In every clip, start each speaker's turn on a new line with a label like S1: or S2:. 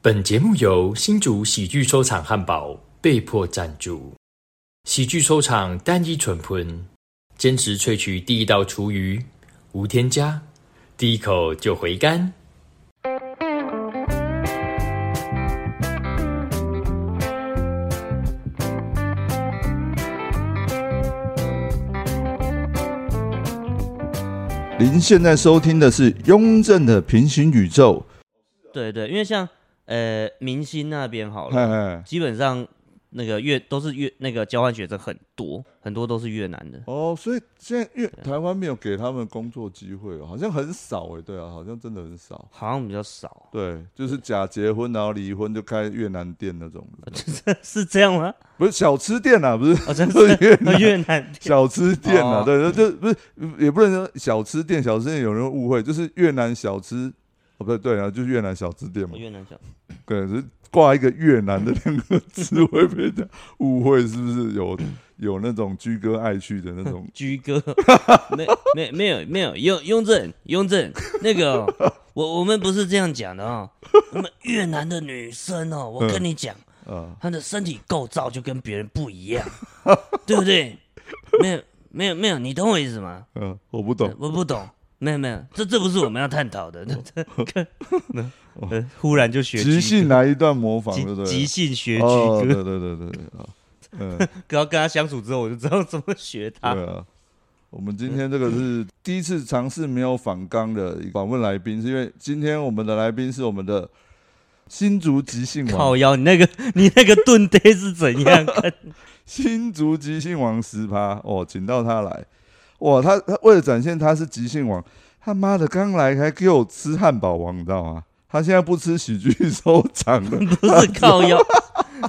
S1: 本节目由新竹喜剧收藏汉堡被迫赞助。喜剧收藏单一纯烹，坚持萃取第一道厨余，无添加，第一口就回甘。
S2: 您现在收听的是雍正的平行宇宙，
S3: 对对，因为像呃明星那边好
S2: 嘿
S3: 了，
S2: 嘿，
S3: 基本上那个越都是越那个交换学生很多，很多都是越南的。
S2: 哦，所以现在越台湾没有给他们工作机会哦，好像很少哎，对啊，好像真的很少。
S3: 好像比较少，
S2: 对，就是假结婚然后离婚就开越南店那种 的，
S3: 是这样吗？
S2: 不是小吃店啊，不是
S3: 哦，真
S2: 越
S3: 是越
S2: 南
S3: 越 南店
S2: 小吃店啊，
S3: 哦
S2: 对，那就不是也不能说小吃店，小吃店有人误会，就是越南小吃，哦，不对，对啊，就是越南小吃店嘛
S3: 哦，越南小，
S2: 对，只是挂一个越南的两个字会被人家误会，是不是 有有那种居哥爱去的那种
S3: 居哥， 没没没有没有，雍雍正雍正那个哦、 我我们不是这样讲的哦，我们越南的女生
S2: 嗯
S3: 哦，我跟你讲，
S2: 啊？
S3: 她的身体构造就跟别人不一 样，对不对？没有没有没有，你懂我意思吗？
S2: 嗯、我不懂。哦
S3: 我不懂，没有没有，这这不是我们要探讨的。 这这 呃，忽然就学
S2: 即兴来一段模仿，
S3: 即
S2: 对不对？
S3: 即兴学居
S2: 哦，对
S3: 哥，
S2: 对对对对啊，嗯，
S3: 然后跟他相处之后，我就知道怎么学 他。
S2: 对啊。我们今天这个是第一次尝试没有反纲的访问来宾，是因为今天我们的来宾是我们的新竹即兴王
S3: 靠，腰，你那个你那个盾杯是怎样？
S2: 新竹即兴王十趴哦，请到他来，哇，他他为了展现他是即兴王，他妈的刚来还给我吃汉堡王，你知道吗？他现在不吃喜剧收场 了，
S3: 不是靠 腰，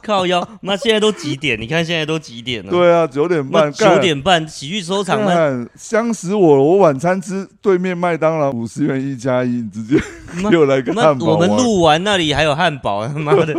S3: 靠腰。妈，现在都几点？你看现在都几点了？
S2: 对啊，九点
S3: 妈，
S2: 半，干
S3: 九点半喜剧收场吗？
S2: 看，香死我了！我晚餐吃对面麦当劳五十元一加一，直接
S3: 妈
S2: 又来个
S3: 妈
S2: 汉，堡
S3: 我们
S2: 王
S3: 录完那里还有汉堡， 他妈的，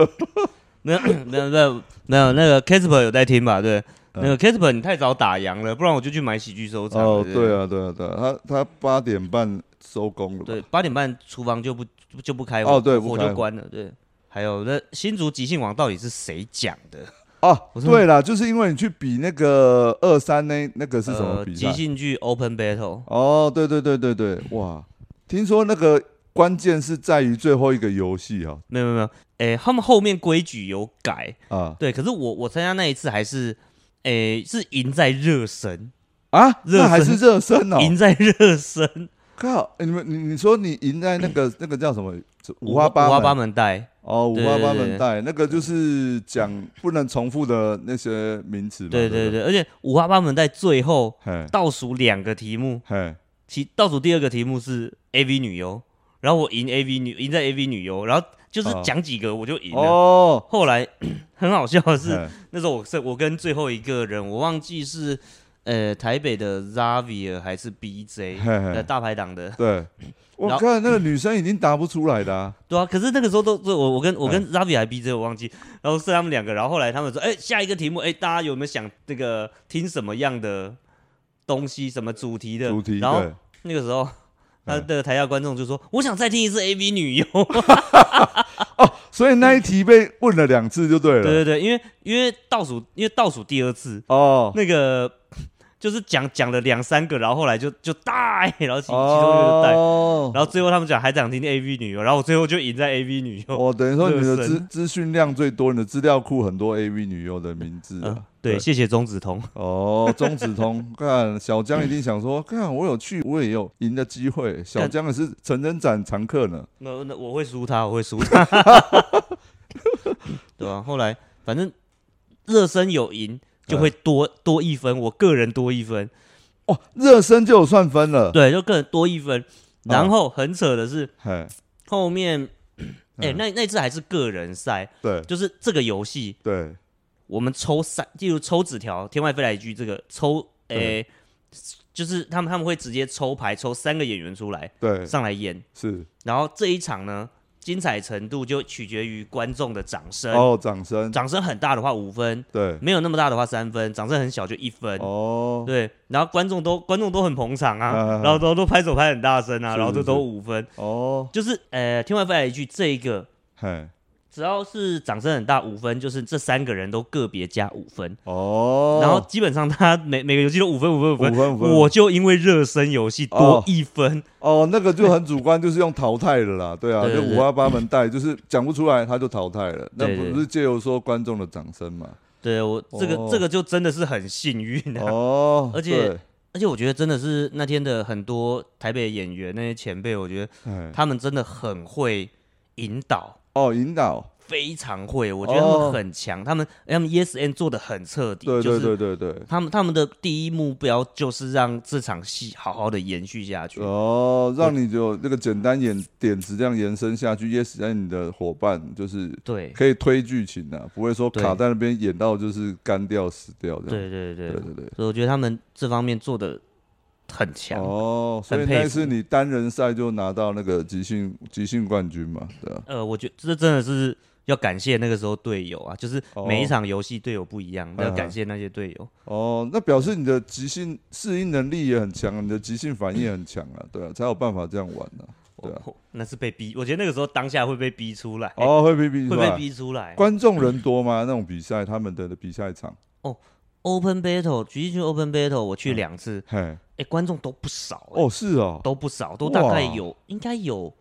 S3: 没有没有没有没有那个 Casper 有在听吧？对，那个 Casper 你太早打烊了，不然我就去买喜剧收
S2: 嗯
S3: 藏。
S2: 哦，
S3: 对不
S2: 对啊，对啊，对啊，他他八点半收工了吧？
S3: 对，八点半厨房就不就不开火，
S2: 哦对不
S3: 火
S2: 开
S3: 就
S2: 火
S3: 关了。对，还有那新竹即兴网到底是谁讲的？
S2: 啊，
S3: 我说
S2: 对啦，就是因为你去比那个二三那那个是什么
S3: 呃
S2: 比赛
S3: 即？兴剧 Open Battle。
S2: 哦，对对对对对，哇！听说那个关键是在于最后一个游戏啊
S3: 没有没有没有，诶，他们后面规矩有改，
S2: 啊
S3: 对，可是我我参加那一次还是，诶，是赢在热身，
S2: 啊！
S3: 热
S2: 那还是
S3: 身
S2: 热身哦！
S3: 赢在热身，
S2: 靠，你们你你说你赢在那 个那个叫什么五花
S3: 五
S2: 八
S3: 花
S2: 门
S3: 八门带，
S2: 哦，五花八
S3: 对对
S2: 门
S3: 对
S2: 带那个就是讲不能重复的那些名词嘛。
S3: 对
S2: 对
S3: 对，对，而且五花八门在最后
S2: 嘿，
S3: 倒数两个题目，
S2: 嘿，
S3: 其倒数第二个题目是 A V 女优，然后我赢 A V 女，赢在 A V 女优，然后就是
S2: 哦
S3: 讲几个我就赢了。
S2: 哦，嗯
S3: 后来 很好笑的是，
S2: 嘿，
S3: 那时候我是我跟最后一个人，我忘记是呃台北的 Xavier 还是 B J
S2: 嘿嘿
S3: 呃大排档的，
S2: 对，我
S3: 然后
S2: 看那个女生已经答不出来的啊，
S3: 对啊。可是那个时候都都我我跟
S2: 嗯
S3: 我跟 Xavier 还 B J 我忘记，然后是他们两个，然后后来他们说，哎、下一个题目，哎、大家有没有想那个听什么样的东西，什么主题的？
S2: 主题
S3: 然后
S2: 对，嗯
S3: 那个时候，他的台下观众就说：“我想再听一次 A V 女优。
S2: 所以那一题被问了两次就对
S3: 对
S2: 了。
S3: 对对，因为因为倒数，因为倒数第二次，
S2: 哦，
S3: 那个就是讲讲了两三个，然后后来就就带，然后其其中一个就带，
S2: 哦，
S3: 然后最后他们讲还想听 A V 女优，然后我最后就赢在 A V 女优。
S2: 哦，等于说你的
S3: 热
S2: 资
S3: 身
S2: 资讯量最多，你的资料库很多 AV 女优的名字
S3: 嗯
S2: 啊。，
S3: 对，谢谢钟子通。
S2: 哦，钟子通， 看小江一定想说，看我有去，我也有赢的机会。小
S3: 嗯干
S2: 江也是成人展常客呢。
S3: 那那我会输他，我会输 他，对吧、后来反正热身有赢就会多
S2: 嗯
S3: 多一分，我个人多一分，
S2: 哦，热身就有算分了。
S3: 对，就个人多一
S2: 啊
S3: 分。然后很扯的是，
S2: 嘿，
S3: 后面，哎、
S2: 嗯
S3: 那那次还是个人赛，
S2: 对
S3: 就是这个游戏，
S2: 对，
S3: 我们抽三，例如抽纸条，天外飞来一句，这个抽，
S2: 嗯
S3: 哎、就是他们他们会直接抽牌，抽三个演员出来
S2: 对，
S3: 上来演，
S2: 是
S3: 然后这一场呢，精彩程度就取决于观众的掌声，
S2: 哦，掌声，
S3: 掌声很大的话五分，
S2: 对，
S3: 没有那么大的话三分，掌声很小就一分。
S2: 哦，
S3: 对，然后观众都观众都很捧场啊，
S2: 啊啊啊
S3: 然后都都拍手拍很大声啊，
S2: 是
S3: 然后
S2: 是
S3: 就是都五分，
S2: 哦，
S3: 就是呃，天外飞来一句这一个
S2: 嘿，
S3: 只要是掌声很大五分，就是这三个人都个别加五分，
S2: 哦，
S3: 然后基本上他每每个游戏都五分五分五
S2: 五分
S3: 分，
S2: 五分，
S3: 我就因为热身游戏多
S2: 哦
S3: 一分，
S2: 哦，那个就很主观，就是用淘汰的 啦，对啊，
S3: 对对
S2: 就
S3: 对
S2: 五花八门带，就是讲不出来他就淘汰了，那
S3: 对对
S2: 不是借由说观众的掌声嘛？
S3: 对我这个、
S2: 哦
S3: 这个就真的是很幸运啊。
S2: 哦，
S3: 而且
S2: 对
S3: 而且我觉得真的是那天的很多台北演员那些前辈，我觉得
S2: 哎
S3: 他们真的很会引导，
S2: 哦，引导，
S3: 非常会，我觉得他
S2: 哦
S3: 们很强，他们他们 Yes and 做的很彻底，
S2: 对对
S3: 就是
S2: 对对对，
S3: 他们他们的第一目标就是让这场戏好好的延续下去。
S2: 哦，让你就那个简单演点子这样延伸下去，yes，让你的伙伴就是
S3: 对
S2: 可以推剧情啊，不会说
S3: 对
S2: 卡在那边演到就是干掉死掉这样。
S3: 对对对，
S2: 对对对。
S3: 所以我觉得他们这方面做的很强。
S2: 哦，所以
S3: 很佩
S2: 那一次
S3: 服
S2: 你单人赛就拿到那个即兴即兴冠军嘛，对啊，
S3: 呃，我觉得这真的是要感谢那个时候队友啊，就是
S2: 哦
S3: 每一场游戏队友不一样，要
S2: 嗯
S3: 感谢那些队友。
S2: 哦，那表示你的即兴适应能力也很强，你的即兴反应也很强啊，对啊，才有办法这样玩啊。对啊
S3: 哦那是被逼，我觉得那个时候当下会被逼出来，
S2: 哦，会被逼出
S3: 会被
S2: 来，
S3: 逼出来。
S2: 观众人多吗？那种比赛他们的的比赛场，
S3: Open Battle，局进去 Open Battle，我去两次，
S2: 嘿，
S3: 哎，观众都不少，哎
S2: 嗯哦，是哦，
S3: 都不少，都大概
S2: 哇
S3: 有应该有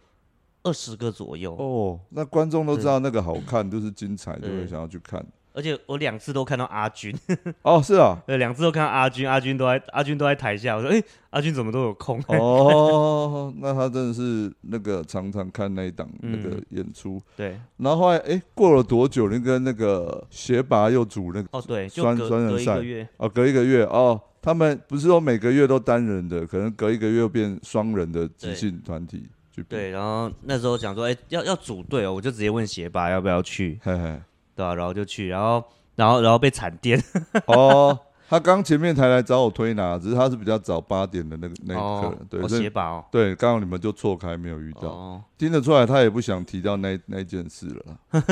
S3: 二十个左右，
S2: 哦，那观众都
S3: 对
S2: 知道那个好看，就是精彩，就会
S3: 对
S2: 想要去看。
S3: 而且我两次都看到阿军，
S2: 哦，是啊，
S3: 呃，两次都看到阿军，阿军都在阿军都在台下，我说，哎，阿军怎么都有空？
S2: 哦，那他真的是那个常常看那一档那
S3: 嗯
S2: 个演出，
S3: 对，
S2: 然后后来哎，过了多久，那个那个学拔又组那个
S3: 哦对，就
S2: 酸
S3: 隔
S2: 酸人
S3: 隔一
S2: 赛
S3: 个月，
S2: 哦，隔一个月哦，他们不是说每个月都单人的，可能隔一个月又变双人的即
S3: 对
S2: 兴团体去比。
S3: 对，然后那时候想说，哎，要要组队哦，我就直接问鞋拔要不要去，
S2: 嘿嘿，
S3: 对啊，然后就去，然后然后然后被惨电，
S2: 哦，他刚前面才来找我推拿，只是他是比较早八点的那个那一刻
S3: 哦，，
S2: 对，
S3: 哦
S2: 所以
S3: 鞋拔哦，
S2: 对，刚好你们就错开，没有遇到，
S3: 哦，
S2: 听得出来他也不想提到那那件事了 啦，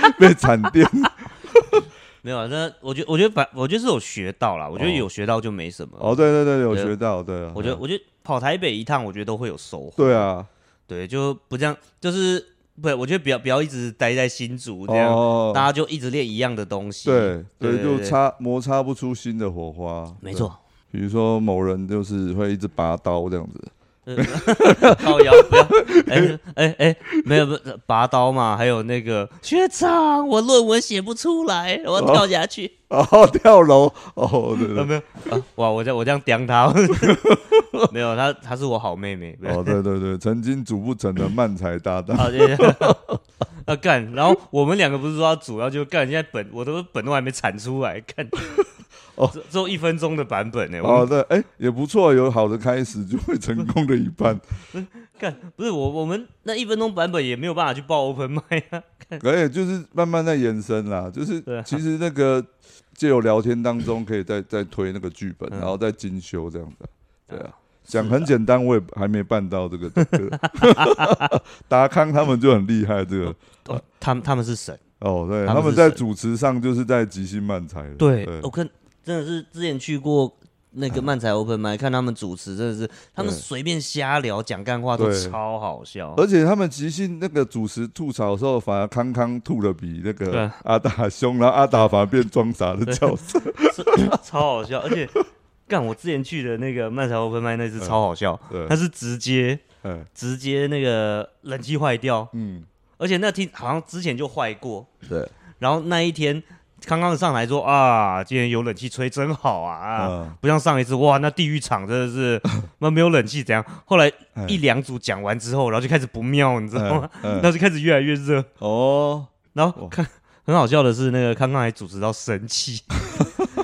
S2: 被惨电。
S3: 没有，啊，那我觉得，我觉得反，我觉得是有学到啦。我觉得
S2: 哦
S3: 有学到就没什么。
S2: 哦，对对对，有
S3: 对
S2: 学到，对啊，
S3: 我觉得，我觉得跑台北一趟，我觉得都会有收获。
S2: 对啊，
S3: 对，就不这样，就是不，我觉得不要不要一直待在新竹这样，
S2: 哦，
S3: 大家就一直练一样的东西。
S2: 对对，
S3: 对
S2: 就
S3: 对
S2: 擦摩擦不出新的火花，
S3: 没
S2: 对
S3: 错。
S2: 比如说某人就是会一直拔刀这样子，
S3: 靠腰不要， 哎哎哎，没有不拔刀嘛，还有那个学长，我论文写不出来，我要跳下去。
S2: 哦，跳楼，哦，对对
S3: 没有啊，哇，我这我这样刁他， 没有，她她是我好妹妹。
S2: 哦， 对对对，曾经组不成的漫才搭档，
S3: 啊，对， 啊干，然后我们两个不是说要主要就干，现在本我都本都还没产出来，干，
S2: 哦
S3: 只，只有一分钟的版本呢、我
S2: 哦，
S3: 们
S2: 对，哎，也不错，有好的开始就会成功的一 半，
S3: 干不是我我们那一分钟版本也没有办法去报 open 麦啊，
S2: 可以就是慢慢在延伸啦，就是
S3: 对啊
S2: 其实那个借由聊天当中可以再再推那个剧本，
S3: 嗯
S2: 然后再精修这样子，对啊。
S3: 是啊
S2: 讲很简单，我也还没办到这个。这个 达康他们就很厉害，这个
S3: 哦，他们他们是神，
S2: 哦，对，
S3: 他们
S2: 他们
S3: 是
S2: 在
S3: 神
S2: 主持上就是在即兴漫才了。
S3: 对，哦我看真的是之前去过。那个漫才 open 麦，看他们主持真的是，他们
S2: 对
S3: 随便瞎聊讲干话
S2: 嗯
S3: 都
S2: 对呃
S3: 超好笑。
S2: 而且他们即兴那个主持吐槽的时候，反而康康吐的比那
S3: 对
S2: 个
S3: 啊
S2: 阿达凶，然后阿达反而变装傻 的角色。
S3: 是超好笑，而且干我之前去的那个漫才 open 麦那次超好笑，
S2: 对
S3: 他，是直接
S2: 嗯
S3: 直接那个冷气坏掉，
S2: 嗯，
S3: 而且那天好像之前就坏过，
S2: 对，
S3: 然后那一天刚刚上来说啊，今天有冷气吹真好啊啊。
S2: 啊，
S3: 不像上一次哇，那地狱场 真的是那没有冷气怎样？后来
S2: 哎
S3: 一两组讲完之后，然后就开始不妙，你知道吗？
S2: 嗯嗯
S3: 然后就开始越来越热，
S2: 哦，
S3: 然
S2: 哦
S3: 后看很好笑的是，那个康康还主持到 生气，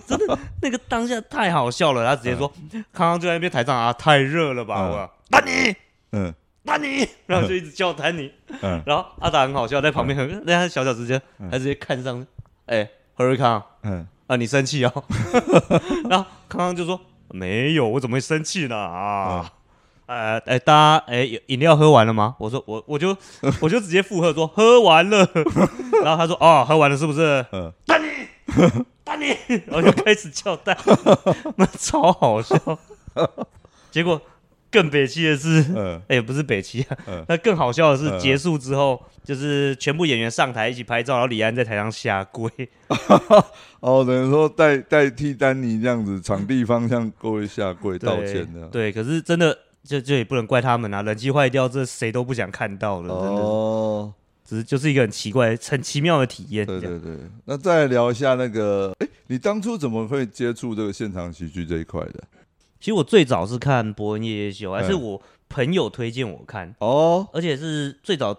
S3: 真的那个当下太好笑了。他直接说，康康就在那边台上啊，太热了吧，
S2: 嗯
S3: 我丹尼
S2: 嗯
S3: 丹尼，然后就一直叫丹尼，
S2: 嗯
S3: 然后阿达很好笑，在旁边很那他小小直接，他直接看上去，哎，何瑞康
S2: 嗯，
S3: 啊，你生 气哦？然后康康就说没有，我怎么会生气
S2: 嗯
S3: 呢啊？呃，哎，大家，哎，有饮料喝完了吗？我说，我我就 我就直接附和说喝 完了，然后他说哦，喝完了是不是？
S2: 嗯
S3: 丹 尼，丹尼，然后就开始叫蛋，那超好笑。结果更北气的是，
S2: 嗯
S3: 哎、不是北气啊
S2: 嗯，
S3: 那、更好笑的是，
S2: 嗯
S3: 结束之后、就是全部演员上台一起拍照，然后李安在台上下跪，
S2: 哦，等于说代代替丹尼这样子，场地方向各位下跪
S3: 对
S2: 道歉的。
S3: 对，可是真的。就就也不能怪他们啊，人气坏掉，这谁都不想看到了，真的。
S2: 哦，
S3: 只是就是一个很奇怪、很奇妙的体验。
S2: 对
S3: 这样
S2: 对对，那再来聊一下那个，哎，你当初怎么会接触这个现场喜剧这一块的？
S3: 其实我最早是看《伯恩夜夜秀》，还是
S2: 嗯
S3: 我朋友推荐我看，
S2: 哦，
S3: 而且是最早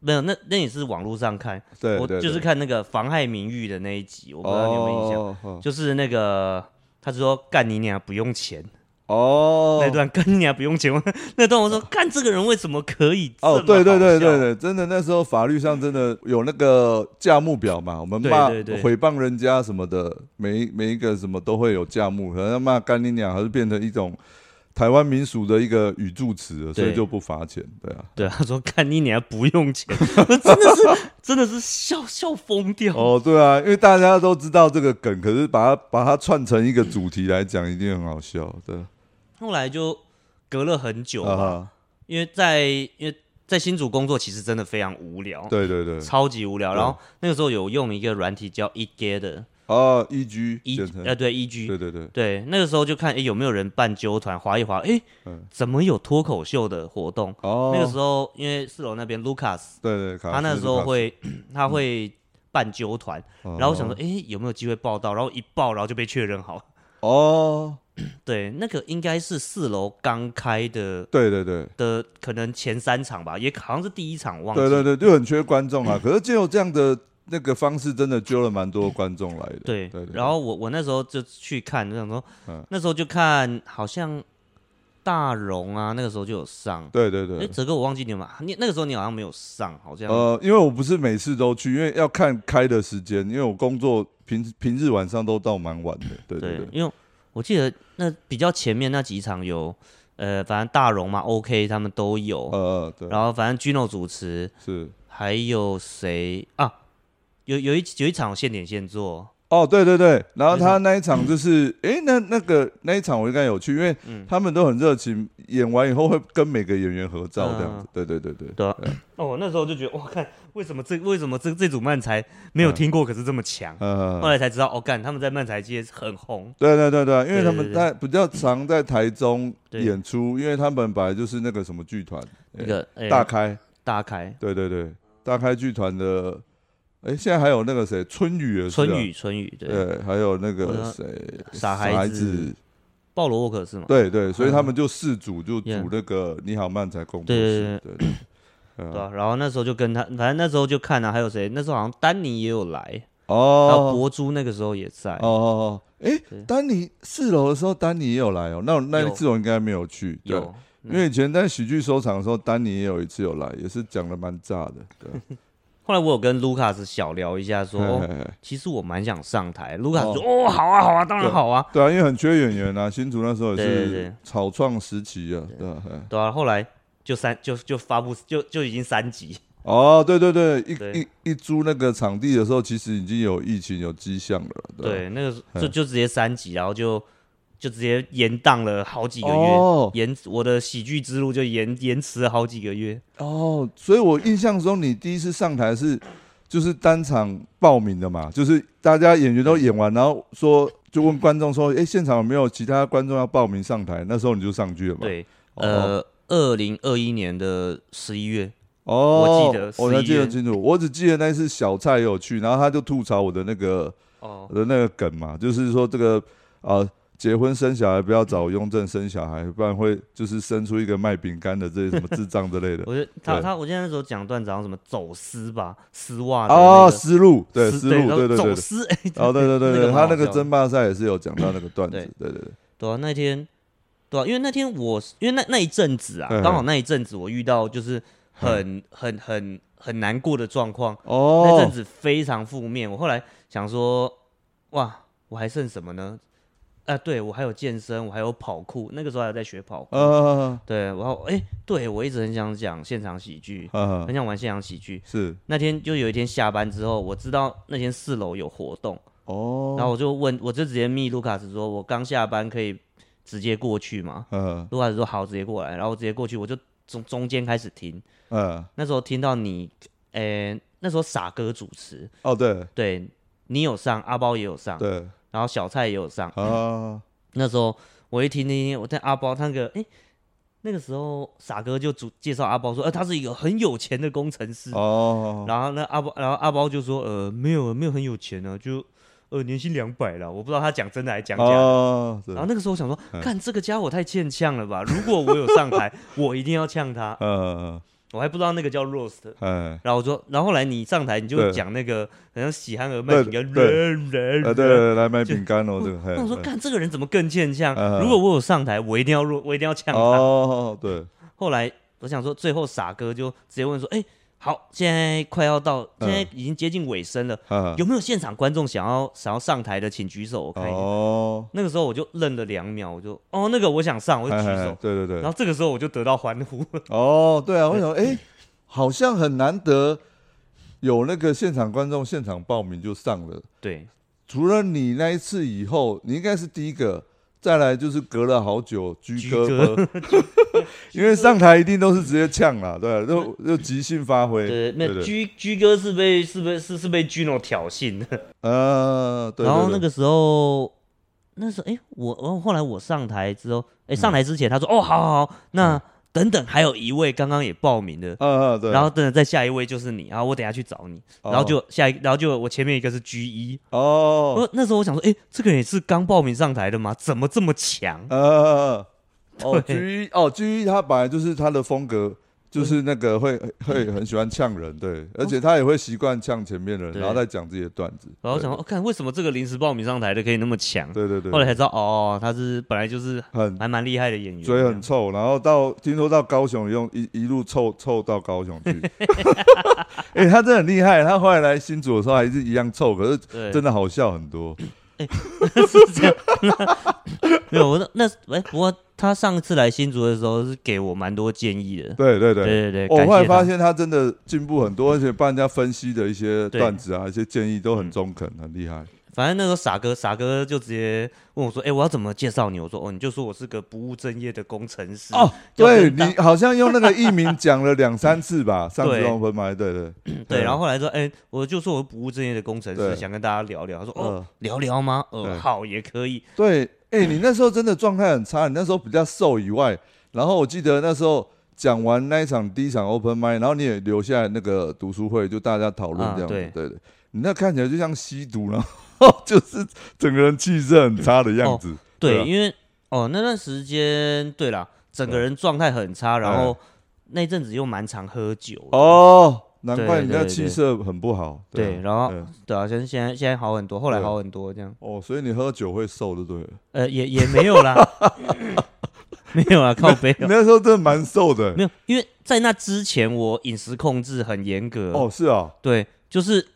S3: 没有那那也是网络上看，
S2: 对，
S3: 我
S2: 对
S3: 就是看那个妨害名誉的那一集，我不知道你有没有印象，
S2: 哦哦
S3: 就是那个。他说：“干你娘不用钱。
S2: 哦，
S3: 那段“干你娘不用钱”， 我那段我说：“干这个人为什么可以这么
S2: 哦，对对对
S3: 好笑
S2: 对对，真的那时候法律上真的有那个价目表嘛，我们
S3: 对
S2: 骂
S3: 对对
S2: 诽谤人家什么的，每一每一个什么都会有价目，可能骂干你娘还是变成一种台湾民俗的一个语助词了，所以
S3: 对
S2: 就不罚钱，对啊。
S3: 对，他说：“干你娘不 用钱。”我真的是真的是笑笑疯掉。
S2: 哦，对啊，因为大家都知道这个梗，可是把它把它串成一个主题来讲，一定很好笑，对
S3: 后来就隔了很久
S2: 啊
S3: 吧，
S2: 哈，
S3: 因为在因为在新竹工作其实真的非常无聊，
S2: 对对对，
S3: 超级无聊。
S2: 对
S3: 然后那个时候有用一个软体叫 E eGet 的
S2: 哦，E G
S3: e
S2: 简称，
S3: 呃
S2: 对
S3: 对 eG
S2: 对对，
S3: 对，那个时候就看诶有没有人办纠团，划一划，诶，
S2: 嗯
S3: 怎么有脱口秀的活动？
S2: 哦，
S3: 那个时候因为四楼那边 Lucas
S2: 对对，卡
S3: 他那
S2: 斯
S3: 时候
S2: 卡斯，
S3: 会他会办纠团，
S2: 然
S3: 然后我想说诶有没有机会报道，然后一报然后就被确认好。
S2: 哦，
S3: 对，那个应该是四楼刚开的
S2: 对对对，
S3: 的可能前三场吧，也好像是第一场忘记了
S2: 对对对，就很缺观众啊。可是借由这样的那个方式，真的揪了蛮多观众来的。
S3: 对
S2: 对对
S3: 然后我我那时候就去看，就想说，
S2: 嗯
S3: 那时候就看好像大荣啊，那个时候就有上。
S2: 对对
S3: 哎，
S2: 对，
S3: 哲哥，我忘记你有没有你那个时候你好像没有上，好像、
S2: 呃，因为我不是每次都去，因为要看开的时间，因为我工作平平日晚上都到蛮晚的。对
S3: 对
S2: 对，
S3: 因为我记得那比较前面那几场有，呃，反正大荣嘛，OK 他们都有，
S2: 呃对，
S3: 哦然后反正 Gino 主持，
S2: 是
S3: 还有谁啊？有有一有一场有现点现做，
S2: 哦对对对，然后
S3: 没错
S2: 他那一场就是，诶，那那个那一场我应该有去，因为
S3: 嗯
S2: 他们都很热情，演完以后会跟每个演员合照这
S3: 嗯
S2: 样子。对对对对，
S3: 对啊，哦，我那时候就觉得，哇，看为什么这为什么这这组漫才没有
S2: 嗯
S3: 听过，可是这么强，后
S2: 呃。
S3: 来才知道，哦，干，他们在漫才界很红。
S2: 对对对对，因为他们
S3: 对对对
S2: 在比较常在台中
S3: 对
S2: 演出，因为他们本来就是那个什么剧团，
S3: 那个、哎
S2: 大开，
S3: 大开，
S2: 对对对，大开剧团的，哎，现在还有那个谁，春雨也是、啊，
S3: 春，雨，春雨，对，
S2: 对，还有那
S3: 我
S2: 个
S3: 说
S2: 谁，
S3: 傻
S2: 孩
S3: 孩子，嗯鲍罗沃克是吗？
S2: 对对，所以
S3: 嗯
S2: 他们就四组就组
S3: Yeah
S2: 那个你好漫才工作室，对对对
S3: 对
S2: 对啊
S3: 啊，然后那时候就跟他，反正那时候就看啊，还有谁？那时候好像丹尼也有来，然后
S2: 哦
S3: 博珠那个时候也在。
S2: 哦哦，哎
S3: 对，
S2: 丹尼四楼的时候，丹尼也有来哦，那我那
S3: 有
S2: 一次我应该没有去，对。
S3: 有，
S2: 因为以前在喜剧收场的时候，丹尼也有一次有来，也是讲的蛮炸的，对
S3: 后来我有跟卢卡斯小聊一下，说，
S2: 嘿嘿
S3: 哦，
S2: 嘿
S3: 其实我蛮想上台。卢卡斯说，哦，好啊，好啊，当然好啊。
S2: 对啊，因为很缺演员啊，新竹那时候也
S3: 对对对
S2: 是草创时期啊，对啊，嘿
S3: 对啊，后来就三就就发布就就已经三级，
S2: 哦，对对对，一
S3: 对
S2: 一一租那个场地的时候，其实已经有疫情有迹象了。
S3: 对，那个
S2: 嗯
S3: 就就直接三级，然后就就直接延档了好几个月，
S2: 哦
S3: 延我的喜剧之路就延延迟了好几个月。
S2: 哦，所以我印象中你第一次上台是就是单场报名的嘛，就是大家演员都演完，然后说就问观众说，哎，现场有没有其他观众要报名上台？那时候你就上去了嘛？，
S3: 对，
S2: 哦
S3: 呃，二零二一年的十一月，
S2: 哦，
S3: 我记得
S2: 我还
S3: 11
S2: 记得
S3: 月
S2: 清楚，我只记得那次小蔡也有去，然后他就吐槽我的那个
S3: 哦，
S2: 我的那个梗嘛，就是说这个啊，结婚生小孩不要找雍正生小孩，不然会就是生出一个卖饼干的这些什么智障之类的。
S3: 我觉得他
S2: 对
S3: 他我记得那时候讲段子好像什么走私吧，丝袜的那
S2: 哦，
S3: 个
S2: 思路，对
S3: 丝
S2: 思路，
S3: 然后
S2: 对对对
S3: 走
S2: 对，
S3: 私，哎，
S2: 哦，对对对对，
S3: 蛮
S2: 他
S3: 好
S2: 那个
S3: 笑的
S2: 争霸赛也是有讲到那个段子，对对对，
S3: 对啊，那天，对啊，因为那天我是因为那那一阵子啊
S2: 嗯，
S3: 刚好那一阵子我遇到就是很很很很难过的状况，那
S2: 哦
S3: 阵，子非常负面。我后来想说，哇，我还剩什么呢？啊，对我还有健身，我还有跑酷，那个时候还有在学跑酷。
S2: 呃，
S3: 对，然后哎，对我一直很想讲现场喜剧，
S2: 啊
S3: 很，想玩现场喜剧。
S2: 是，
S3: 那天就有一天下班之后，我知道那天四楼有活动，然
S2: 哦，
S3: 后我就问，我就直接密卢卡斯说，我刚下班可以直接过去嘛。
S2: 嗯
S3: 陆老师说好，直接过来，然后我直接过去，我就从中间开始听。
S2: 嗯，
S3: 那时候听到你，诶、那时候傻哥主持，
S2: 哦对
S3: 对你有上，阿包也有上，
S2: 对
S3: 然后小蔡也有上。
S2: 啊，
S3: 那时候我一听听听，我在阿包他那个，诶、那个时候傻哥就主介绍阿包说，呃，他是一个很有钱的工程师。
S2: 哦，
S3: 然后呢，阿包，然后阿包就说，呃，没有没有很有钱啊，就呃年薪两百了。我不知道他讲真的还讲假的。
S2: 哦，对
S3: 然后那个时候我想说，看这个家伙太欠呛了吧！如果我有上 台，我一定要呛他。
S2: 嗯
S3: 我还不知道那个叫 roast。
S2: 哎，
S3: 然后我说，然后后来你上台，你就
S2: 对
S3: 讲那个好像喜憨儿卖饼干，
S2: 对
S3: 人人
S2: 呃，对
S3: 人。
S2: 对，来买饼干哦，对，
S3: 那我说，
S2: 嘿
S3: 看这个人怎么更欠呛
S2: 嗯？
S3: 如果我有上台，我一定要 ro，我一定要呛他。
S2: 哦，对，
S3: 后来我想说，最后傻哥就直接问说，哎，好，现在快要到，现
S2: 嗯
S3: 在已经接近尾声了，
S2: 啊，
S3: 有没有现场观众想要想要上台的，请举手，我看一下。
S2: 哦，
S3: 那个时候我就愣了两秒，我就哦，那个我想上，我就举
S2: 嘿嘿
S3: 手。
S2: 对对对
S3: 然，后这个时候我就得到欢呼，
S2: 哦，对啊，我想，哎，好像很难得有那个现场观众现场报名就上了，
S3: 对
S2: 除了你那一次以后，你应该是第一个。再来就是隔了好久，居
S3: 居
S2: 哥
S3: 哥
S2: 哥，因为上台一定都是直接呛啦，对啊，就就即兴发挥，
S3: 对，
S2: 对
S3: 那
S2: 对，
S3: 居居哥是被是被是是被 Gino 挑衅的，
S2: 呃，对，
S3: 然后
S2: 对
S3: 那
S2: 对
S3: 个时候那时候哎、我我后来我上台之后，
S2: 嗯
S3: 哎、上台之前他说、哦好好好，那、等等还有一位刚刚也报名的。
S2: 呃，嗯对，
S3: 然后等等，再下一位就是你，然后我等下去找你，然后
S2: 哦
S3: 就下一，然后就我前面一个是 G 一，
S2: 哦，
S3: 我那时候我想说，哎，这个人也是刚报名上台的吗？怎么这么强？
S2: 呃，哦
S3: 嗯对
S2: ，G 一哦，G 一他本来就是他的风格，就是那个会会很喜欢呛人，对，而且他也会习惯呛前面的人，
S3: 哦对
S2: 然后再讲自己的段子。
S3: 然后想说，哦看为什么这个临时报名上台的可以那么强？
S2: 对对对
S3: 嗯后
S2: 对，
S3: 来才知道，哦，他是本来就是
S2: 很
S3: 还蛮厉害的演员，
S2: 嘴
S3: 这
S2: 很
S3: 样
S2: 臭，然后到听说到高雄用一一路臭臭到高雄 去， 哎，他真的很厉害，他后来来新竹的时候还是一样臭，可是
S3: 对，
S2: 真的好笑很多。
S3: 是这样。没有，我那那哎，不过他上次来新竹的时候是给我蛮多建议的，
S2: 对对
S3: 对
S2: 对。哦
S3: 对对，
S2: 我
S3: 感
S2: 后来
S3: 谢
S2: 发
S3: 他。
S2: 现他真的进步很多，而且帮人家分析的一些
S3: 对嗯
S2: 段子啊、一些建议都很中肯，很厉害。
S3: 反正那时候傻哥傻哥就直接问我说，哎，我要怎么介绍你？我说，哦，你就说我是个不务正业的工程师。
S2: 哦，
S3: 要
S2: 对
S3: 跟大
S2: 你好像用那个艺名讲了两三次 吧，上次
S3: 对
S2: 黄昏嘛，对对
S3: 对，然后后来说，哎，我就说我不务正业的工程师，
S2: 对
S3: 想跟大家聊聊。他说，哦
S2: 嗯，
S3: 聊聊吗？
S2: 对
S3: 呃，好，也可以。
S2: 对，哎，你那时候真的状态很差，你那时候比较瘦以外，然后我记得那时候讲完那一场第一场 open m i d 然后你也留下来那个读书会，就大家讨论
S3: 啊
S2: 这样子
S3: 对，
S2: 对对，你那看起来就像吸毒，然后 就是整个人气色很差的样子，对啊
S3: 对，因为哦那段时间，对啦，整个人状态很差，然后那阵子又蛮常喝酒
S2: 嗯
S3: 的，
S2: 哦，难怪
S3: 对
S2: 你
S3: 对
S2: 那
S3: 对
S2: 气色很不好，
S3: 对，
S2: 啊
S3: 然后
S2: 对
S3: 对啊，像现在现在好很多，后来
S2: 对
S3: 好很多这样，
S2: 哦，所以你喝酒会瘦，对不对了？
S3: 呃，也也没有 啦，没有啦，靠背哦
S2: 你那时候真的蛮瘦的，
S3: 没有，因为在那之前我饮食控制很严格，
S2: 哦，是啊，
S3: 对，就是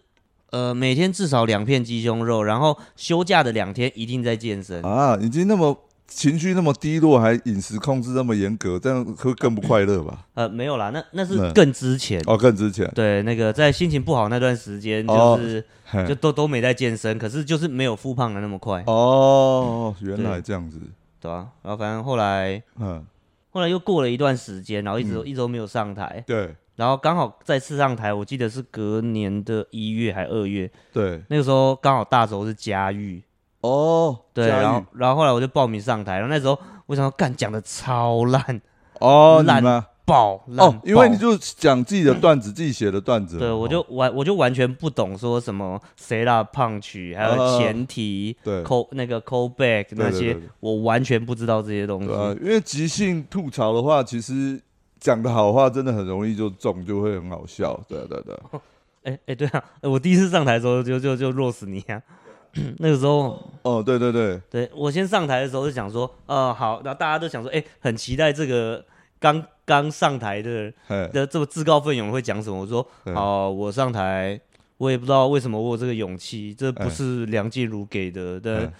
S3: 呃每天至少两片鸡胸肉，然后休假的两天一定在健身，
S2: 啊，已经那么情绪那么低落，还饮食控制那么严格，这样会更不快乐吧？
S3: 呃没有啦，那那
S2: 嗯
S3: 是更之前。
S2: 哦，更之前，
S3: 对，那个在心情不好那段时间，
S2: 哦
S3: 就是、
S2: 嘿
S3: 就都都没在健身，可是就是没有复胖的那么快，
S2: 哦，原
S3: 对
S2: 来这样子，
S3: 对吧、然后反正后来
S2: 嗯，
S3: 后来又过了一段时间，然后一直、
S2: 嗯
S3: 一直都没有上台，
S2: 对
S3: 然后刚好再次上台，我记得是隔年的一月还二月，
S2: 对，
S3: 那个时候刚好大轴是佳玉，
S2: 哦，
S3: 对，
S2: 佳玉
S3: 然后然后后来我就报名上台，然后那时候我想要干讲的超烂
S2: 哦，你
S3: 烂
S2: 吗？
S3: 爆烂
S2: 哦
S3: 爆，，
S2: 因为你就讲自己的段子，自己写的段子嘛，
S3: 对，我就
S2: 哦
S3: 完我就完全不懂说什么谁啦胖曲，还
S2: 呃
S3: 有前提、
S2: 对
S3: call 那个 call back
S2: 对
S3: 那
S2: 对
S3: 些，
S2: 对
S3: 我完全不知道这些东西。
S2: 对啊，因为即兴吐槽的话，其实讲的好话真的很容易就中，就会很好笑，对啊对啊对啊，
S3: 哎、哎、对啊，哎我第一次上台的时候就就就弱死你啊！ 那个时候，
S2: 哦，对对对，
S3: 对我先上台的时候就想说，呃，好，那大家都想说，哎、很期待这个刚刚上台的
S2: 嘿，
S3: 的这么自告奋勇会讲什么。我说，
S2: 对
S3: 好、我上台，我也不知道为什么我有这个勇气，这不
S2: 哎
S3: 是梁静茹给的，对，
S2: 哎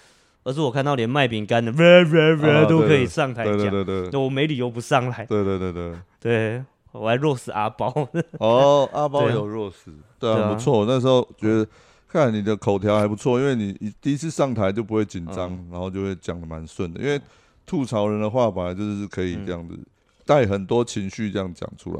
S3: 而是我看到连卖饼干的 rap rap rap
S2: 哦
S3: 都
S2: 对
S3: 可
S2: 对
S3: 以上台
S2: 对对
S3: 讲，
S2: 对对
S3: 对我没理由不上来，
S2: 对对对对。
S3: 对我还弱死阿包，
S2: 哦，阿包
S3: 对啊
S2: 有弱势，对
S3: 对
S2: 啊，
S3: 啊
S2: 不错。那时候觉得，看你的嗯口条还不错，因为你一第一次上台就不会紧张，然后就会讲的蛮顺的。因为吐槽人的话，本来就是可以这样子带很多情绪这样讲出来。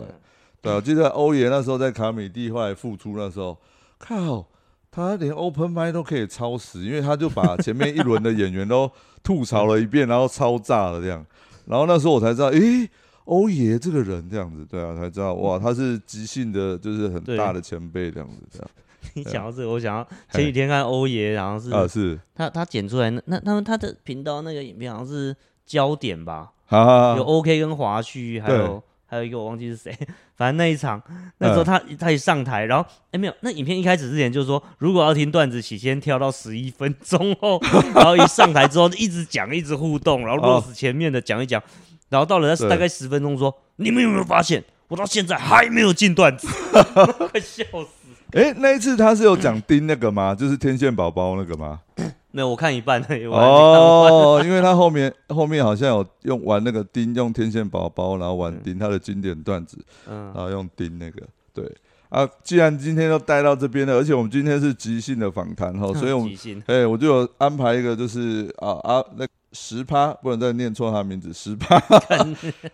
S2: 对啊，我记得欧爷那时候在卡米蒂后来复出那时候，靠，他连 open m i 都可以超时，因为他就把前面一轮的演员都吐槽了一遍，然后超炸了这样。然后那时候我才知道，诶，欧爷这个人这样子，对啊，才知道
S3: 嗯
S2: 哇，他是即兴的，就是很
S3: 对
S2: 大的前辈这样子，啊这样
S3: 你讲到这个，我想到前几天看欧爷，然后是
S2: 啊是，
S3: 他他剪出来那那他们他的频道那个影片好像是焦点吧，
S2: 哈哈，
S3: 有 OK 跟华旭，还有还有一个我忘记是谁， 反正那一场那时
S2: 嗯
S3: 候他、他一上台，然后哎、没有，那影片一开始之前就说如果要听段子，起先跳到十一分钟 后，然后一上台之后一直讲一直互动，然后
S2: 哦
S3: Rose 前面的讲一讲，然后到了
S2: 对
S3: 大概十分钟说你们有没有发现我到现在还没有进段 子，快笑死！
S2: 诶，那一次他是有讲丁那个吗？就是天线宝宝那个吗？
S3: 没有，我看一半而已，我还没看完
S2: 哦，因为他后面后面好像有用玩那个钉，用天线宝宝，然后玩钉他的经典段子，
S3: 嗯
S2: 然，后用钉那个，对啊。既然今天都带到这边了，而且我们今天是即兴的访谈哈，所以我们
S3: 嗯即兴
S2: 哎，我就有安排一个，就是啊啊那十趴，不能再念错他名字，十趴，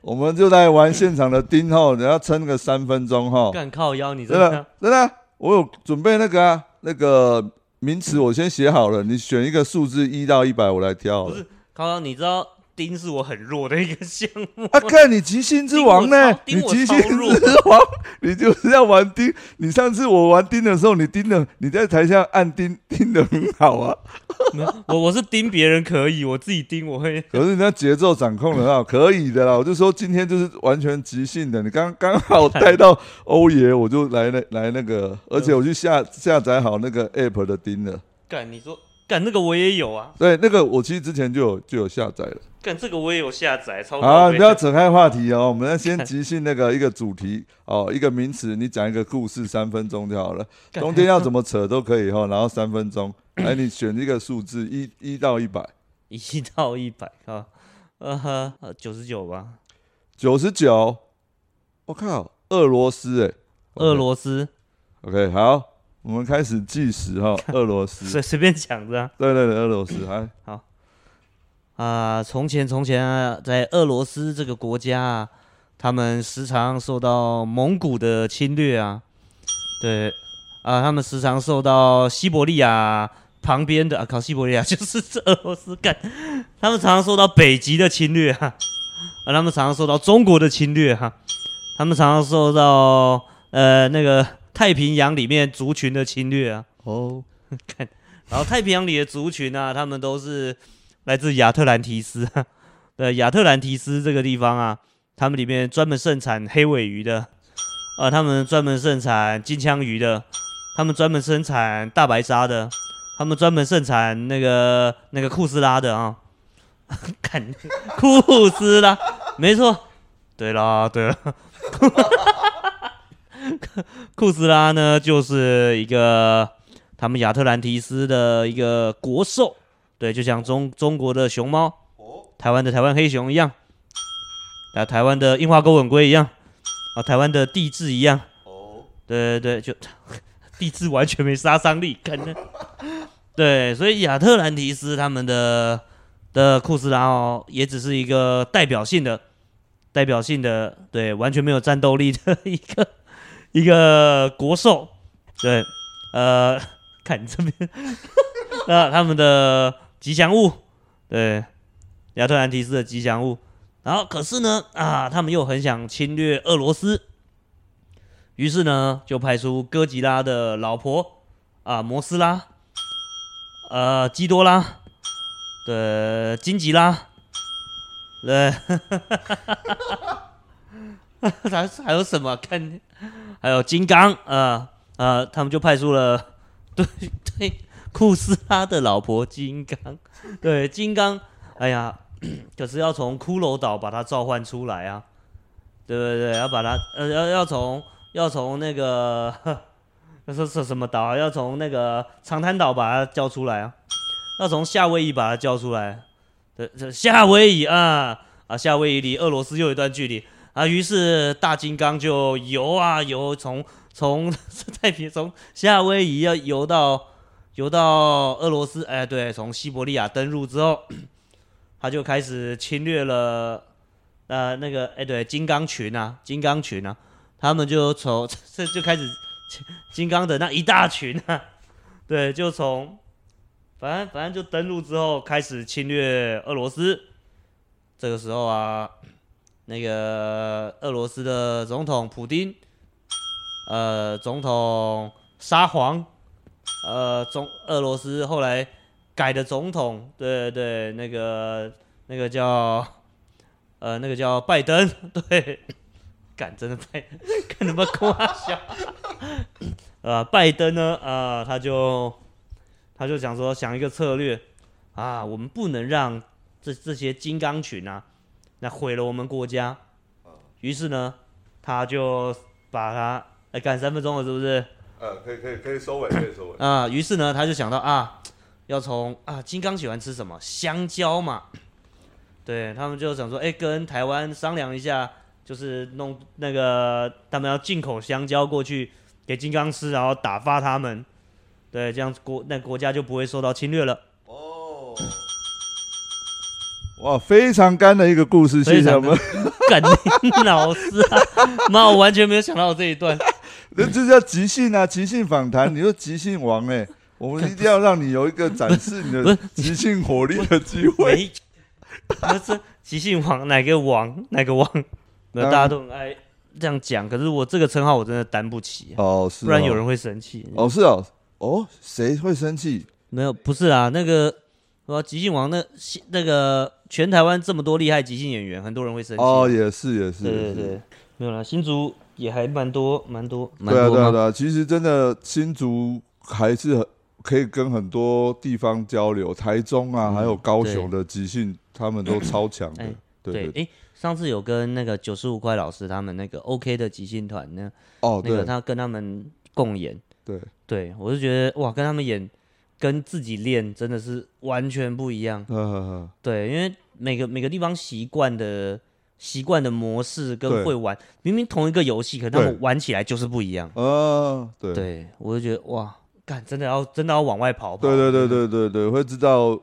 S2: 我们就来玩现场的钉哈，你要撑个三分钟哈，
S3: 干靠腰，你真
S2: 真
S3: 的
S2: 的真的啊，我有准备那个啊，那个名词我先写好了，你选一个数字一到一百，我来挑好了。
S3: 不是靠腰，你知道丁是我很弱的一个项目，
S2: 啊，看你即兴之王呢、
S3: 盯
S2: 你
S3: 我超
S2: 即兴
S3: 盯我超
S2: 之王，你就是要玩钉。你上次我玩钉的时候，你钉的，你在台下按钉，钉的很好啊。
S3: 没有我我是盯别人可以，我自己盯我会
S2: 可是人家节奏掌控得很好，可以的啦。我就说今天就是完全即兴的，你刚刚好带到欧爷，我就来那来那个，而且我去下下载好那个 app 的钉了。
S3: 干。你说干那个我也有啊，
S2: 对，那个我其实之前就有就有下载了。
S3: 干这个我也有下载，超
S2: 好，啊你不要
S3: 要
S2: 扯开话题哦，我们要 先即兴那个一个主题哦，一个名词，你讲一个故事，三分钟就好了。
S3: 干
S2: 中间要怎么扯都可以哈、哦，然后三分钟，哎，你选一个数字，一一到一百，
S3: 一到一百啊，呃九十九吧，
S2: 九十九，我靠，俄罗斯哎、
S3: 俄罗斯
S2: OK，好，我们开始计时 哈、俄罗斯
S3: 随，随便讲的啊
S2: 对对对，俄罗斯，哎，
S3: 啊，从前从前啊，在俄罗斯这个国家啊，他们时常受到蒙古的侵略啊，对啊，他们时常受到西伯利亚旁边的啊，靠西伯利亚 就是这俄罗斯干，他们常常受到北极的侵略啊，啊，他们常常受到中国的侵略哈、他们常常受到呃那个太平洋里面族群的侵略啊，
S2: 哦，
S3: 然后太平洋里的族群啊，他们都是来自亚特兰提斯 啊。对，亚特兰提斯这个地方啊，他们里面专门盛产黑尾鱼的，啊，他们专门盛产金枪鱼的，他们专门生产大白鲨的，他们专门盛产那个那个库斯拉的啊。 看库斯拉，没错，对啦，对啦。 库斯拉呢，就是一个他们亚特兰提斯的一个国兽，对，就像中中国的熊猫，台湾的台湾黑熊一样，啊，台湾的樱花钩吻龟一样，啊，台湾的地质一样，对对对，就 地质完全没杀伤力，可能，对，所以亚特兰提斯他们的的库斯拉哦，也只是一个代表性的。代表性的，对，完全没有战斗力的一个一个国兽，对，呃，看你这边，那他们的吉祥物，对，亚特兰提斯的吉祥物。然后可是呢，啊，他们又很想侵略俄罗斯，于是呢，就派出哥吉拉的老婆啊，摩斯拉，呃，基多拉的金吉拉，呃对，还还有什么？看，还有金刚，呃呃，他们就派出了。对对，库斯拉的老婆金刚，对金刚，哎呀， 可是要从骷髅岛把它召唤出来啊，对不对？要把它呃要要从要从那个 呵那是是什么岛啊？要从那个长滩岛把它叫出来啊，要从夏威夷把它叫出来，啊对，这夏威夷啊啊，夏威夷离俄罗斯又有一段距离啊，于是大金刚就游啊游，从从 太平从夏威夷要游到游到俄罗斯，哎，对，从西伯利亚登陆之后， 他就开始侵略了，呃，那个哎、对，金刚群啊，金刚群啊，他们就从 这就开始金刚的那一大群啊， 对，就从反正反正就登陆之后开始侵略俄罗斯，这个时候啊，那个俄罗斯的总统普丁，呃，总统沙皇，呃，中俄罗斯后来改的总统，对对，那个那个叫呃那个叫拜登， 对，敢真的 拜，看他妈夸笑， 呃，拜登呢，啊、他就他就想说想一个策略啊，我们不能让这这些金刚群啊，那毁了我们国家，于是呢，他就把他。哎，干三分钟了，是不是？
S2: 呃，可以可以可以收尾，可以收尾。
S3: 啊，于是呢，他就想到啊，要从啊，金刚喜欢吃什么？香蕉嘛。对他们就想说，哎、跟台湾商量一下，就是弄那个他们要进口香蕉过去给金刚吃，然后打发他们。对，这样国那国家就不会受到侵略了。
S2: 哦，哇，非常干的一个故事，谢
S3: 非
S2: 谢我
S3: 常
S2: 们。
S3: 干你老师啊！妈，我完全没有想到这一段。
S2: 那这叫即兴啊，即兴访谈，你说即兴王哎、我们一定要让你有一个展示你
S3: 不
S2: 的
S3: 是
S2: 即兴火力的机会。
S3: 喂， 那是即兴王哪个王哪个王？那
S2: 嗯
S3: 大家都很爱这样讲，可是我这个称号我真的担不起啊、
S2: 哦，是哦，
S3: 不然有人会生气。
S2: 哦是哦，哦谁会生气？
S3: 没有，不是啊，那个我即兴王那那个全台湾这么多厉害即兴演员，很多人会生气。啊
S2: 哦，也是也是，
S3: 对
S2: 也
S3: 对
S2: 是啊
S3: 对，没有啦，新竹也还蛮多蛮多蛮
S2: 对啊
S3: 多
S2: 对啊
S3: 吗？
S2: 对啊，其实真的新竹还是很可以跟很多地方交流，台中啊，还有高雄的即兴，他们都超强的
S3: 嗯哎。
S2: 对对，对
S3: 哎，上次有跟那个九十五块老师他们那个 OK 的即兴团呢，
S2: 哦
S3: 那个
S2: 对
S3: 他跟他们共演，
S2: 对，
S3: 对我就觉得哇，跟他们演跟自己练真的是完全不一样。
S2: 呵呵呵，
S3: 对，因为每个每个地方习惯的习惯的模式
S2: 对
S3: 跟会玩，明明同一个游戏，可他
S2: 对
S3: 们玩起来就是不一样。
S2: 呃，对对
S3: 对，我就觉得哇，干真的要真的要往外跑跑。
S2: 对对对对对，会知道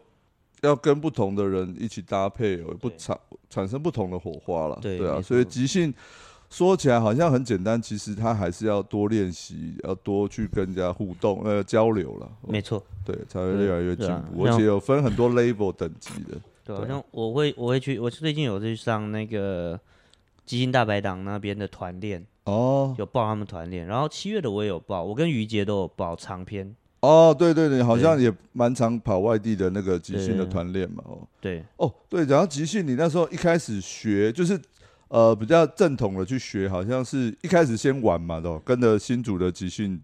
S2: 要跟不同的人一起搭配，哦不
S3: 对
S2: 产产生不同的火花了。
S3: 对
S2: 对啊，
S3: 没
S2: 所以
S3: 错
S2: 即兴说起来好像很简单，其实他还是要多练习，要多去跟人家互动呃交流了。
S3: 没错，
S2: 对，才会越来越进
S3: 对啊
S2: 步，而
S3: 像
S2: 且有分很多 label 等级的。对
S3: 对好像我会我会去，我最近有去上那个基金大排档那边的团练，
S2: 哦
S3: 有报他们团练，然后七月的我也有报，我跟于杰都有报长篇。
S2: 哦，对对对，好像也蛮常跑外地的那个即兴的
S3: 对
S2: 团练嘛。哦
S3: 对，
S2: 哦，对，讲到即兴，你那时候一开始学就是呃比较正统的去学，好像是一开始先玩嘛，都跟着新组的即兴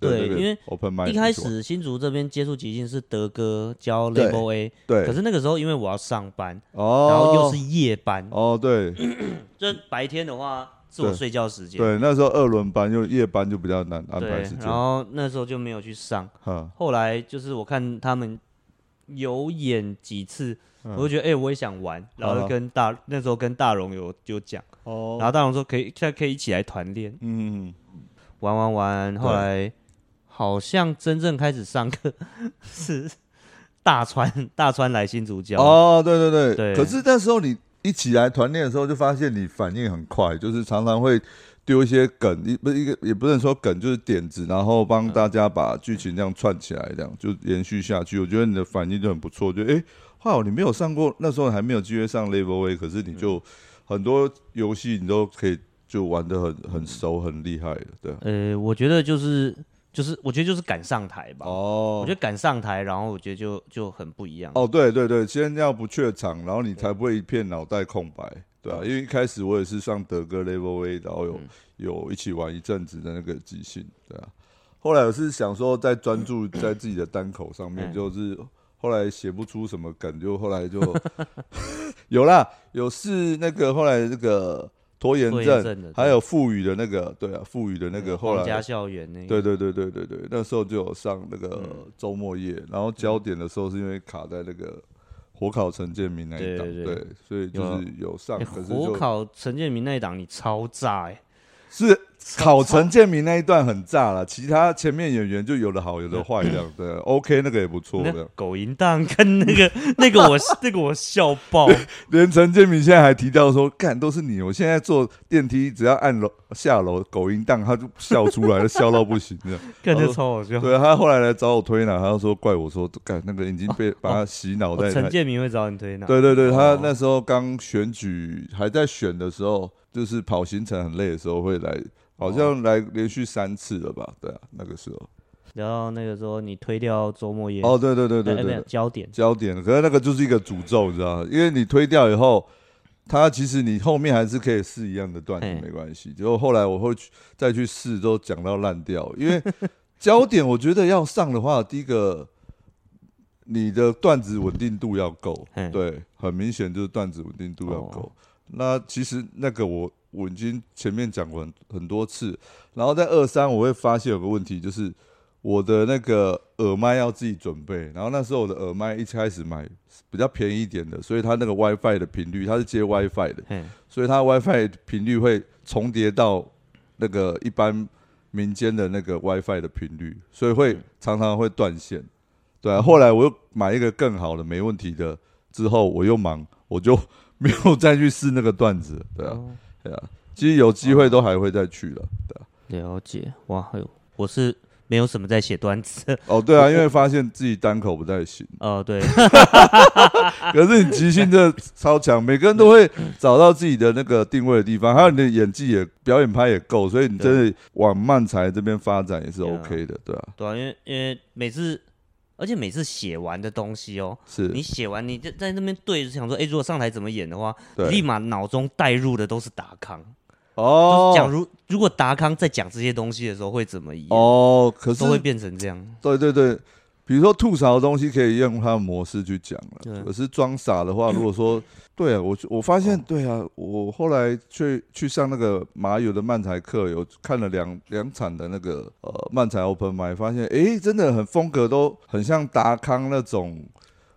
S2: 的
S3: 对
S2: 那个
S3: 因为
S2: open m i
S3: 一开始新竹这边接触即兴是德哥教
S2: 对
S3: Label A，可
S2: 对
S3: 是那个时候因为我要上班，
S2: 哦，
S3: 然后又是夜班，
S2: 哦对
S3: 就白天的话是我
S2: 对
S3: 睡觉时间。
S2: 对，那时候二轮班又夜班就比较难安排时
S3: 对，
S2: 间
S3: 然，后那时候就没有去上。
S2: 嗯
S3: 后来就是我看他们有演几次，
S2: 嗯
S3: 我就觉得哎、欸我也想玩，然后就跟大、那时候跟大荣有有讲，
S2: 哦，
S3: 然后大荣说可以现在可以一起来团练，
S2: 嗯，
S3: 玩玩玩。后来好像真正开始上课是大川大川来新竹教，
S2: 哦，对对对，
S3: 对
S2: 可是那时候你一起来团练的时候，就发现你反应很快，就是常常会丢一些梗，一不是一个也不能说梗，就是点子，然后帮大家把剧情这样串起来，这样就延续下去。我觉得你的反应就很不错，就诶，哇，你没有上过，那时候还没有机会上 Level A，可是你就很多游戏你都可以就玩的很很熟，很厉害的，对啊。
S3: 呃，我觉得就是就是我觉得就是敢上台吧，我
S2: 哦
S3: 觉得敢上台，然后我觉得就就很不一样。
S2: 哦，对对对，先要不怯场，然后你才不会一片脑袋空白，对啊，因为一开始我也是上德哥 Level A，然后有、
S3: 嗯
S2: 有一起玩一阵子的那个即兴，对啊。后来我是想说，在专 注在自己的单口上面，
S3: 嗯
S2: 就是后来写不出什么梗，就后来就 有啦，有是那个后来那个拖延
S3: 拖延症的
S2: 症
S3: 对，
S2: 还有富语的那个，对啊，富语的那个后
S3: 皇
S2: 来
S3: 家校园那个，
S2: 对对对对对对，那时候就有上那个
S3: 嗯
S2: 周末夜，然后焦点的时候是因为卡在那个火烤陈建明那一档，
S3: 对对
S2: 对，所以就是有上，
S3: 欸
S2: 可是
S3: 火
S2: 就
S3: 烤陈建明那一档你超炸哎、
S2: 是考陈建明那一段很炸了，其他前面演员就有的好，有的坏，这样对。OK，那个也不错
S3: 那
S2: 的。
S3: 狗淫荡跟那个那个我那个我笑爆，
S2: 连陈建明现在还提到说，干都是你，我现在坐电梯只要按楼下楼，狗音荡他就笑出来了，笑到不行这样。
S3: 感觉超好笑。
S2: 哦对他后来来找我推拿，他就说怪我说，干那个已经被把他洗脑
S3: 哦
S2: 在
S3: 陈建明会找你推拿，
S2: 对对对，他
S3: 哦
S2: 那时候刚选举还在选的时候，就是跑行程很累的时候会来，好
S3: 哦
S2: 像来连续三次了吧？对啊，那个时候。
S3: 然后那个说你推掉周末夜，
S2: 哦，对对对
S3: 哎，
S2: 对
S3: 没有
S2: 对，
S3: 焦点，
S2: 焦点，可是那个就是一个诅咒，你知道吗？因为你推掉以后，他其实你后面还是可以试一样的段
S3: 嘿
S2: 子，没关系。结果后来我会去再去试，都讲到烂掉，因 为焦点我觉得要上的话，第一个。你的段子稳定度要够
S3: 嘿，
S2: 对，很明显就是段子稳定度要够。
S3: 哦
S2: 那其实那个我我已经前面讲过很很多次，然后在二三我会发现有个问题，就是我的那个耳麦要自己准备。然后那时候我的耳麦一开始买比较便宜一点的，所以它那个 WiFi 的频率它是接 WiFi 的，
S3: 嘿，
S2: 所以它 WiFi 频率会重叠到那个一般民间的那个 WiFi 的频率，所以会常常会断线。对啊，后来我又买一个更好的没问题的，之后我又忙，我就没有再去试那个段子。对啊，
S3: 哦
S2: 对啊，其实有机会都还会再去的。对啊，
S3: 了解，哇，哎呦，我是没有什么在写段子，
S2: 哦对啊，因为发现自己单口不太行，
S3: 哦，对，
S2: 可是你即兴真的超强，每个人都会找到自己的那个定位的地方，还有你的演技也表演拍也够，所以你真的往漫才这边发展也是
S3: 对啊
S2: OK 的，对啊，
S3: 对啊，因为因为每次，而且每次写完的东西哦，
S2: 是
S3: 你写完你就在那边对着想说，哎，如果上台怎么演的话，立
S2: 对
S3: 马脑中带入的都是达康，就是讲
S2: 哦
S3: 如如果达康在讲这些东西的时候会怎么演，
S2: 哦，可是
S3: 都会变成这样，
S2: 对对对，比如说吐槽的东西可以用他的模式去讲
S3: 对
S2: 了，可是装傻的话，如果说对啊，我我发现对啊，我后来去去上那个马友的漫才课，有看了两两场的那个呃漫才 open m i 发现诶，真的很风格都很像达康那种，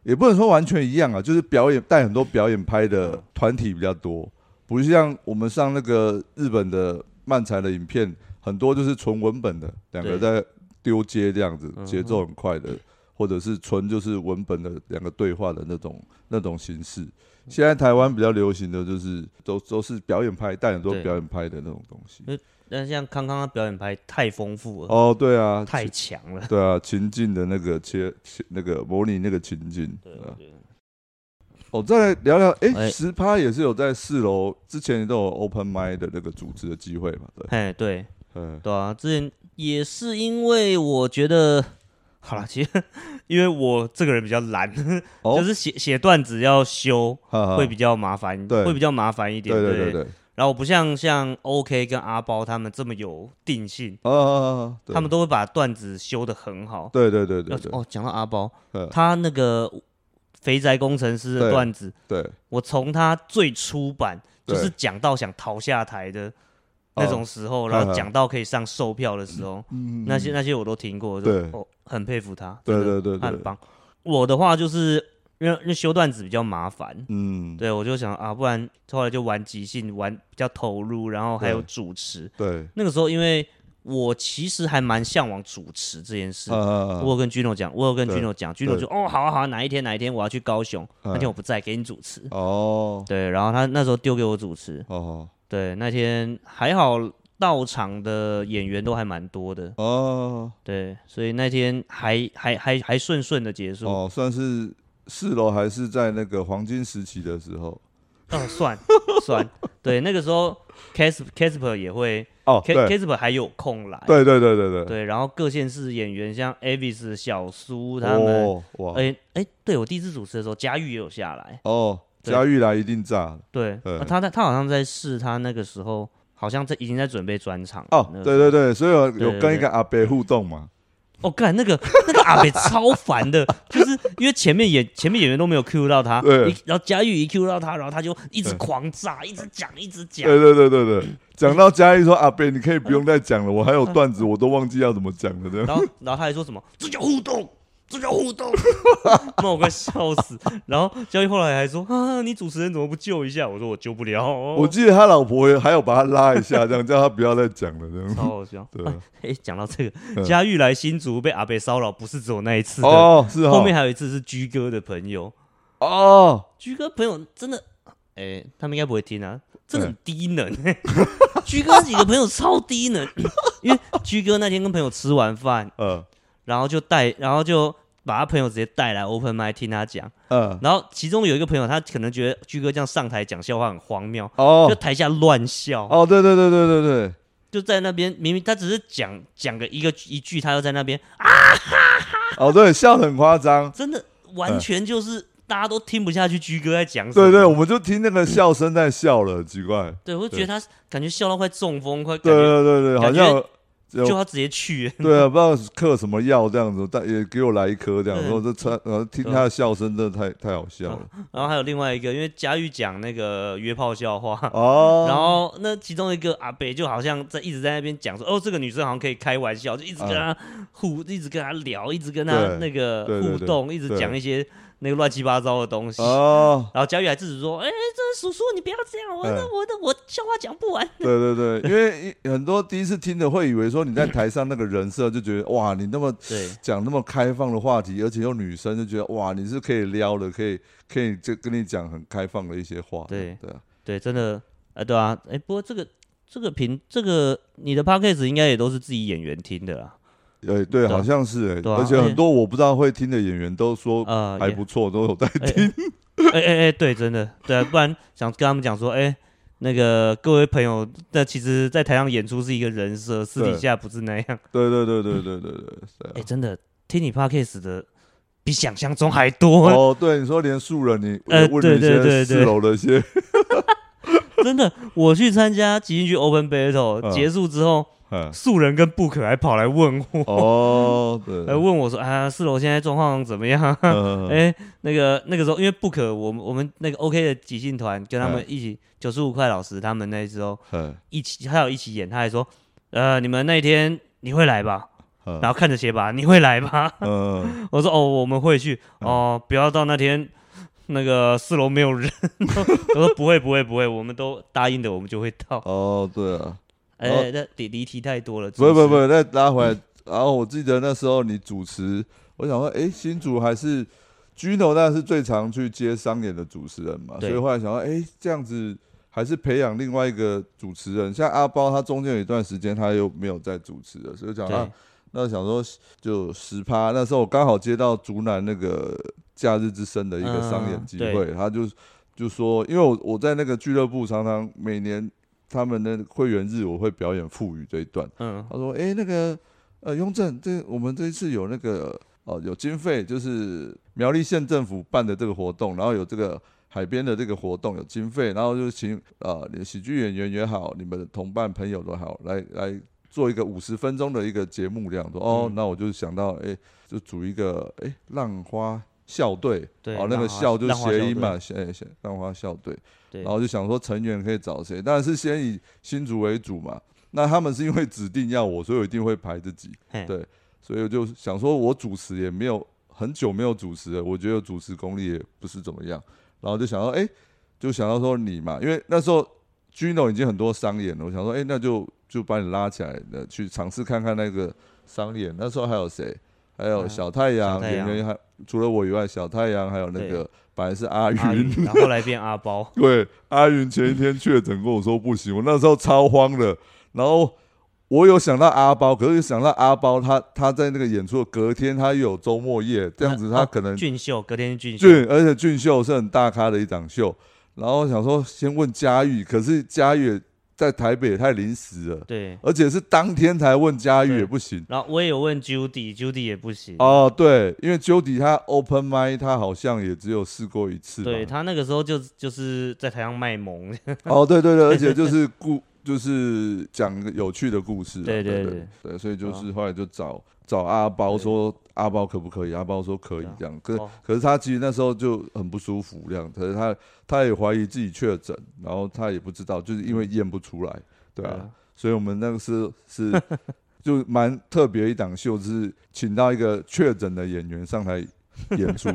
S2: 也不能说完全一样啊，就是表演带很多表演拍的团体比较多，不是像我们上那个日本的漫才的影片，很多就是纯文本的，两个在丢接这样子，
S3: 嗯
S2: 节奏很快的，或者是纯就是文本的两个对话的那种那种形式。现在台湾比较流行的就是都都是表演拍，带很多
S3: 对
S2: 表演拍的那种东西。
S3: 但像康康他表演拍太丰富了，
S2: 哦，对啊，
S3: 太强 了，
S2: 对啊，情境的那个切切那个模拟那个情境。
S3: 对
S2: 啊
S3: 我觉得
S2: 哦，再来聊聊，哎、
S3: 哎
S2: 十趴也是有在四楼之前都有 open m i 的那个组织的机会嘛？对，
S3: 哎，对，
S2: 嗯，
S3: 对啊，之前也是因为我觉得，好了，其实因为我这个人比较懒，
S2: 哦
S3: 就是写写段子要修
S2: 哈哈
S3: 会比较麻烦，
S2: 对
S3: 会比较麻烦一点，
S2: 对对对对，
S3: 然后我不像像 OK 跟阿包他们这么有定性，
S2: 啊啊啊啊，对
S3: 他们都会把段子修的很好。
S2: 对对对
S3: 要
S2: 对
S3: 是
S2: 对
S3: 哦，讲到阿包
S2: 嗯，
S3: 他那个肥宅工程师的
S2: 对
S3: 段子，
S2: 对，
S3: 我从他最初版就
S2: 对哦
S3: 是讲到想逃下台的那种时候，然后
S2: 嗯嗯
S3: 讲到可以上售票的时候，
S2: 嗯
S3: 那些那些我都听过，我就
S2: 对
S3: 哦，很佩服他，
S2: 对
S3: 真的
S2: 对对
S3: 他很
S2: 对，
S3: 棒。我的话就是因为因为修段子比较麻烦，
S2: 嗯，
S3: 对我就想啊，不然后来就玩即兴，玩比较投入，然后还有
S2: 对
S3: 主持。
S2: 对，
S3: 那个时候因为我其实还蛮向往主持这件事。
S2: 啊啊
S3: 我有跟 Gino 讲，我有跟
S2: 对
S3: Gino 讲，Gino
S2: 对
S3: 就哦，好啊好啊，哪一天哪一天我要去高雄，那
S2: 嗯
S3: 天我不在，给你主持。
S2: 哦
S3: 对，然后他那时候丢给我主持，
S2: 哦
S3: 对，那天还好到场的演员都还蛮多的，
S2: 哦
S3: 对，所以那天还还还还顺顺的结束，哦、
S2: 哦，算是四楼还是在那个黄金时期的时候
S3: 哦算算，对，那个时候 Cas Casper 也会
S2: 哦，
S3: Cas
S2: 对
S3: Casper 还有空来，
S2: 对对对对对，
S3: 对，然后各县市演员像 Avis、小苏他们，
S2: 哦哇
S3: 哎哎，对我第一次主持的时候，佳玉也有下来，
S2: 哦，
S3: 对
S2: 嘉玉来一定炸了
S3: 对，
S2: 嗯
S3: 啊他在他好像在试他那个时候。好像在已经在准备专场了
S2: 哦
S3: 那，个
S2: 对对对，所以有
S3: 对对
S2: 有跟一
S3: 对
S2: 个阿伯互动嘛，
S3: 哦，干那个那个阿北超烦的，就是因为前面演前面演员都没有 Q 到他，
S2: 对
S3: 一然后佳玉一 Q 到他，然后他就一直
S2: 对
S3: 狂炸，一直讲，一直讲。
S2: 对对对对对，讲到嘉义说阿伯，你可以不用再讲了，我还有段子，我都忘记要怎么讲了。这样
S3: 然后，然后他还说什么？这叫互动，这叫互动， 那我快笑死。然后交易后来还说啊，你主持人怎么不救一下？我说我救不了，
S2: 我记得他老婆也还有把他拉一下，这样叫他不要再讲了，这
S3: 超
S2: 样。
S3: 好笑。
S2: 对，啊
S3: 哎，讲到这个，
S2: 嗯
S3: 嘉玉来新竹被阿北骚扰，不是只有那一次的，
S2: 哦，是哦
S3: 后面还有一次是居哥的朋友，
S2: 哦，
S3: 居哥朋友真的，哎，他们应该不会听啊，真的很
S2: 嗯
S3: 低 能。居哥几个朋友超低能，因为居哥那天跟朋友吃完饭，
S2: 呃
S3: 然后就带，然后就把他朋友直接带来 open m i 听他讲。
S2: 呃，
S3: 然后其中有一个朋友，他可能觉得居哥这样上台讲笑话很荒谬，就
S2: 哦
S3: 台下乱笑，
S2: 哦，对对对对对对，
S3: 就在那边明明他只是讲讲个一个一句，他就在那边
S2: 哦对，笑得很夸 张。
S3: 真的完全就是大家都听不下去居哥在讲什么。
S2: 嗯对对，我们就听那个笑声在笑了，奇怪。
S3: 对我就觉得他感觉笑到快中风，快
S2: 对
S3: 感
S2: 对
S3: 觉
S2: 对对，好
S3: 感觉
S2: 像就
S3: 就他直接去。
S2: 对啊，不知道嗑什么药这样子，但也给我来一颗这样。
S3: 对嗯
S2: 然后这穿，然后听他的笑声，真的太太好笑了。
S3: 然后还有另外一个，因为佳玉讲那个约炮笑话，
S2: 哦，
S3: 然后那其中一个阿北就好像在一直在那边讲说，哦，这个女生好像可以开玩笑，就一直跟她互，一直跟她聊，一直跟她
S2: 嗯对
S3: 那个
S2: 对对
S3: 互
S2: 对
S3: 动，一直讲一些那个乱七八糟的东西。
S2: 哦，
S3: 然后佳玉还制止说，哎，这叔叔你不要这样，我
S2: 哎
S3: 的我的我笑话讲不完。
S2: 对对对，因为一很多第一次听的会以为说你在台上那个人设就觉得哇，你那么
S3: 对
S2: 讲那么开放的话题，而且又女生就觉得哇，你是可以撩的，可以可以就跟你讲很开放的一些话。
S3: 对
S2: 对啊，
S3: 对，真的，啊，对啊，哎，不过这个这个频这个你的 podcast 应该也都是自己演员听的啦，
S2: 哎对，
S3: 啊
S2: 好像是哎，
S3: 对啊
S2: 而且很多我不知道会听的演员都说
S3: 啊，
S2: 还
S3: 也
S2: 不错，都有在
S3: 哎哎哎哎，对，真的，对啊、不然想跟他们讲说，哎、那个各位朋友，那其实，在台上演出是一个人设，私底
S2: 对
S3: 下不是那样。哎、
S2: 对对对对对对对 对啊。
S3: 真的，听你 podcast 的比想象中还多，
S2: 哦，对，你说连素人，你
S3: 呃
S2: 问
S3: 对
S2: 你一
S3: 对对
S2: 些四
S3: 对
S2: 楼的一些，
S3: 真的。我去参加即兴剧 Open Battle、
S2: 嗯
S3: 结束之后，
S2: 嗯
S3: 素人跟布可还跑来问我，
S2: 哦， 对，
S3: 来问我说啊，四楼现在状况怎么样？
S2: 嗯，
S3: 哎、那个那个时候，因为不可，我们我们那个 OK 的即兴团跟他们
S2: 嗯
S3: 一起九十五块老师，他们那时候
S2: 嗯
S3: 一起，还有一起演，他还说，呃，你们那一天你会来吧？
S2: 嗯
S3: 然后看着鞋拔，你会来吧？
S2: 嗯，
S3: 我说哦，我们会去哦，不要到那天那个四楼没有人。 我说不会不会不会，我们都答应的，我们就会到。
S2: 哦，对啊，
S3: 哎，那离离题太多了。
S2: 不不
S3: 主持，
S2: 不，再拉回来。然后我记得那时候你主持，我想说，哎，新竹还是 Gino 那是最常去接商演的主持人嘛，所
S3: 对
S2: 以后来想说，哎，这样子还是培养另外一个主持人。像阿包，他中间有一段时间他又没有在主持了，所以我想啊
S3: 对，
S2: 那想说就十趴，那时候我刚好接到竹南那个假日之声的一个商演
S3: 嗯
S2: 机
S3: 对
S2: 会，他就就说，因为我我在那个俱乐部常常每年他们的会员日我会表演赋语这一段，
S3: 嗯
S2: 他说，哎、那个呃雍正，这我们这一次有那个哦有经费，就是苗栗县政府办的这个活动，然后有这个。海边的这个活动有经费，然后就请呃你的喜剧演员也好，你们的同伴朋友都好，来来做一个五十分钟的一个节目这样说。哦，
S3: 嗯
S2: 那我就想到，哎、就组一个哎、浪花校队，
S3: 对
S2: 哦，那个
S3: 浪花
S2: 校就是
S3: 浪花校
S2: 谐音嘛，谐谐浪花校队。
S3: 对
S2: 然后就想说成员可以找谁，当然是先以新竹为主嘛。那他们是因为指定要我，所以我一定会排自己，
S3: 嘿
S2: 对所以我就想说，我主持也没有很久没有主持了，我觉得主持功力也不是怎么样。然后就想到，哎、就想到说你嘛，因为那时候 Gino 已经很多商演了，我想说，哎、那就就把你拉起来，呃，去尝试看看那个商演。那时候还有谁？还有
S3: 嗯
S2: 小太阳，
S3: 小太
S2: 演员还除了我以外，小太阳还有那
S3: 对
S2: 个本来是阿
S3: 阿
S2: 云，
S3: 云，，然后后来变阿包
S2: 对，阿云前一天确诊跟我说不行，我那时候超慌的。然后我有想到阿包，可是又想到阿包他他在那个演出的隔天他又有周末夜，这样子他可能
S3: 嗯哦俊秀，隔天俊秀，
S2: 俊，而且俊秀是很大咖的一档秀。然后想说先问佳玉，可是佳玉在台北也太临时了，
S3: 对。
S2: 而且是当天才问佳玉
S3: 对
S2: 也不行。
S3: 然后我也有问 Judy，Judy 也不行。
S2: 哦，对，因为 Jody 他 open m i 他好像也只有试过一次吧，
S3: 对他那个时候就就是在台上卖萌，
S2: 哦，对对对，而且就是故，就是讲个有趣的故事啊、
S3: 对对
S2: 对
S3: 对
S2: 对，所以就
S3: 对
S2: 是后来就找找阿包
S3: 对
S2: 说阿包可不可以？阿包说可以
S3: 对啊
S2: 这样，可
S3: 哦
S2: 可是他其实那时候就很不舒服这样，可是他他也怀疑自己确诊，啊
S3: 嗯啊
S2: 然后他也不知道，就是因为验不出来，对啊，所以我们那个是是 就蛮特别一档秀，就是请到一个确诊的演员上台演 出，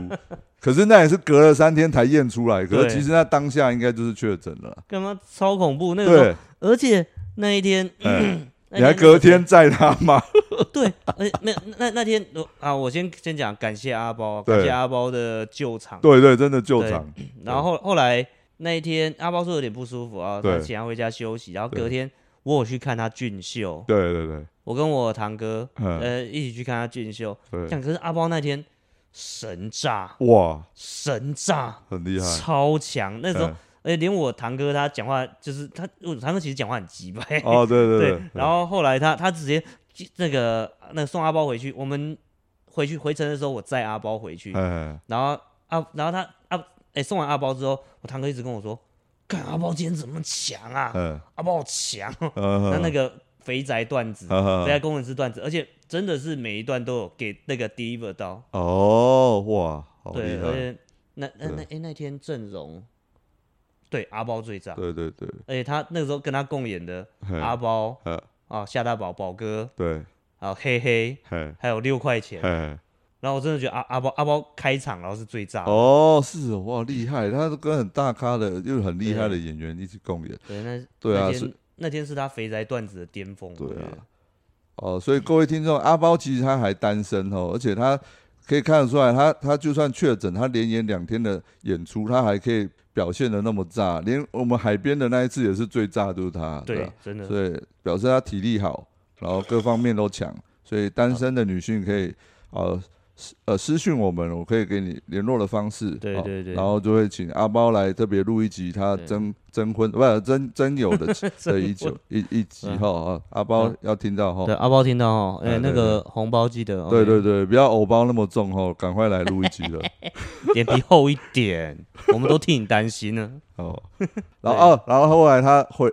S2: 可是那也是隔了三天才验出来，可
S3: 对
S2: 是其实他当下应该就是确诊了啦。
S3: 干嘛超恐怖？ 那个时候，
S2: 对，
S3: 而且那一天，
S2: 哎
S3: 那
S2: 你还隔天载他吗？
S3: 对，而且没有那那天我啊，我先先讲感谢阿包，啊
S2: 对
S3: 感谢阿包的救场。
S2: 对对，真的救场，
S3: 然后后来那一天阿包说有点不舒服啊，他
S2: 对
S3: 请他回家休息。然后
S2: 对
S3: 隔天我有去看他俊秀，
S2: 对对对，
S3: 我跟我堂哥
S2: 嗯，
S3: 呃一起去看他俊秀。
S2: 对，
S3: 但可是阿包那天神炸，
S2: 哇，
S3: 神炸，
S2: 很厉害，
S3: 超强。那时候
S2: 嗯
S3: 而且连我堂哥他讲话就是他，我堂哥其实讲话很鸡掰。
S2: 哦，对对
S3: 对，然后后来他他直接那个那个送阿包回去，我们回去回程的时候我载阿包回去，
S2: 哎，
S3: 然后啊然后他啊哎、送完阿包之后，我堂哥一直跟我说，看阿包今天怎么强啊，
S2: 嗯，
S3: 阿包好强哦、
S2: 那
S3: 那那个肥宅段子，
S2: 嗯
S3: 肥宅
S2: 个，
S3: 工程师段子，而且真的是每一段都有给那个 deliver 到，
S2: 哦，哇，好厉
S3: 对，而
S2: 害，
S3: 且那那那哎、那天阵容。对阿包最炸，
S2: 对对对，
S3: 而且他那个时候跟他共演的
S2: 嘿
S3: 阿包
S2: 呃，
S3: 啊、夏大宝、宝哥，啊
S2: 对，
S3: 然后嘿嘿，
S2: 嘿，
S3: 还有六块钱。
S2: 嘿，
S3: 然后我真的觉得阿阿包阿包开场然后是最炸的，
S2: 哦，是哦，哇，厉害，他都跟很大咖的又很厉害的演员一起共演，
S3: 对，那
S2: 对啊
S3: 那
S2: 是
S3: 天那天是他肥宅段子的巅峰，
S2: 对
S3: 我觉得
S2: 啊，哦，所以各位听众，阿包其实他还单身哦，而且他可以看得出来，他他就算确诊，他连演两天的演出，他还可以表现的那么炸，连我们海边的那一次也是最炸，就是他，
S3: 对
S2: 啊，
S3: 真的，
S2: 所以表示他体力好，然后各方面都强，所以单身的女性可以呃私呃私讯我们，我可以给你联络的方式，
S3: 对
S2: 哦
S3: 对对
S2: 然后就会请阿包来特别录一集他
S3: 对
S2: 征征婚不是征征友 的的一集
S3: 婚
S2: 一一集哈啊，阿包
S3: 嗯
S2: 要听到哈
S3: 对，阿包听到哦，哎
S2: 哎
S3: 那
S2: 对
S3: 个红包记得，
S2: 对对对，不要偶包那么重哈， 赶快来录一集了
S3: 对，脸皮厚一点， 我们都替你担心呢。
S2: 哦，然后哦，然后后来他回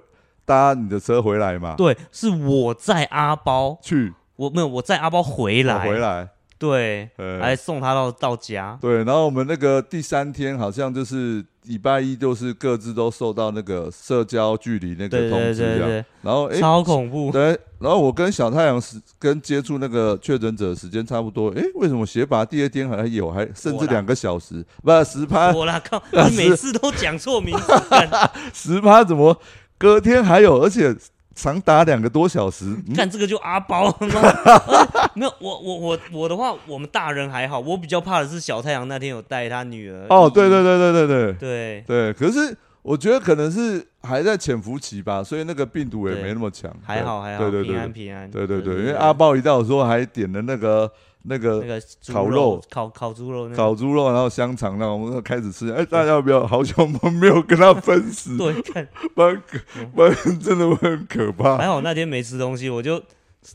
S2: 搭你的车回来嘛，
S3: 对，是我在阿包，
S2: 去
S3: 我没有我在阿包回
S2: 哦
S3: 来，哎
S2: 回，来。
S3: 对，
S2: 呃
S3: 还送他到到家，
S2: 对，然后我们那个第三天好像就是礼拜一，就是各自都受到那个社交距离那
S3: 对
S2: 个
S3: 对
S2: 通知
S3: 对
S2: 啊。
S3: 对
S2: 然后
S3: 对，
S2: 诶，
S3: 超恐怖，
S2: 对，啊然后我跟小太阳时跟接触那个确诊者的时间差不多，诶，为什么学拔第二天还有，还甚
S3: 我
S2: 至
S3: 啦
S2: 两个小时？不，十趴
S3: 我啦靠，你每次都讲错 名字，干
S2: 十趴怎么隔天还有，而且长达两个多小时？嗯
S3: 干这个就阿包 了 吗？而且没有，我我我我的话，我们大人还好，我比较怕的是小太阳那天有带他女儿。
S2: 哦，对对对对对对
S3: 对，
S2: 对，可是。我觉得可能是还在潜伏期吧，所以那个病毒也
S3: 对
S2: 没那么强。
S3: 还
S2: 对
S3: 好还好，
S2: 对对
S3: 平
S2: 对，
S3: 安平安。嗯
S2: 对对对，因为阿豹一到的时候还点了那个那
S3: 那
S2: 个
S3: 个猪
S2: 烤肉
S3: 烤烤猪肉那个，
S2: 烤猪肉，然后香肠，然后我们开始吃。哎，大家有没有好久我们没有跟他分食，
S3: 对，看
S2: 不然可不然真的会很可怕
S3: 还。好那天没吃东西，我就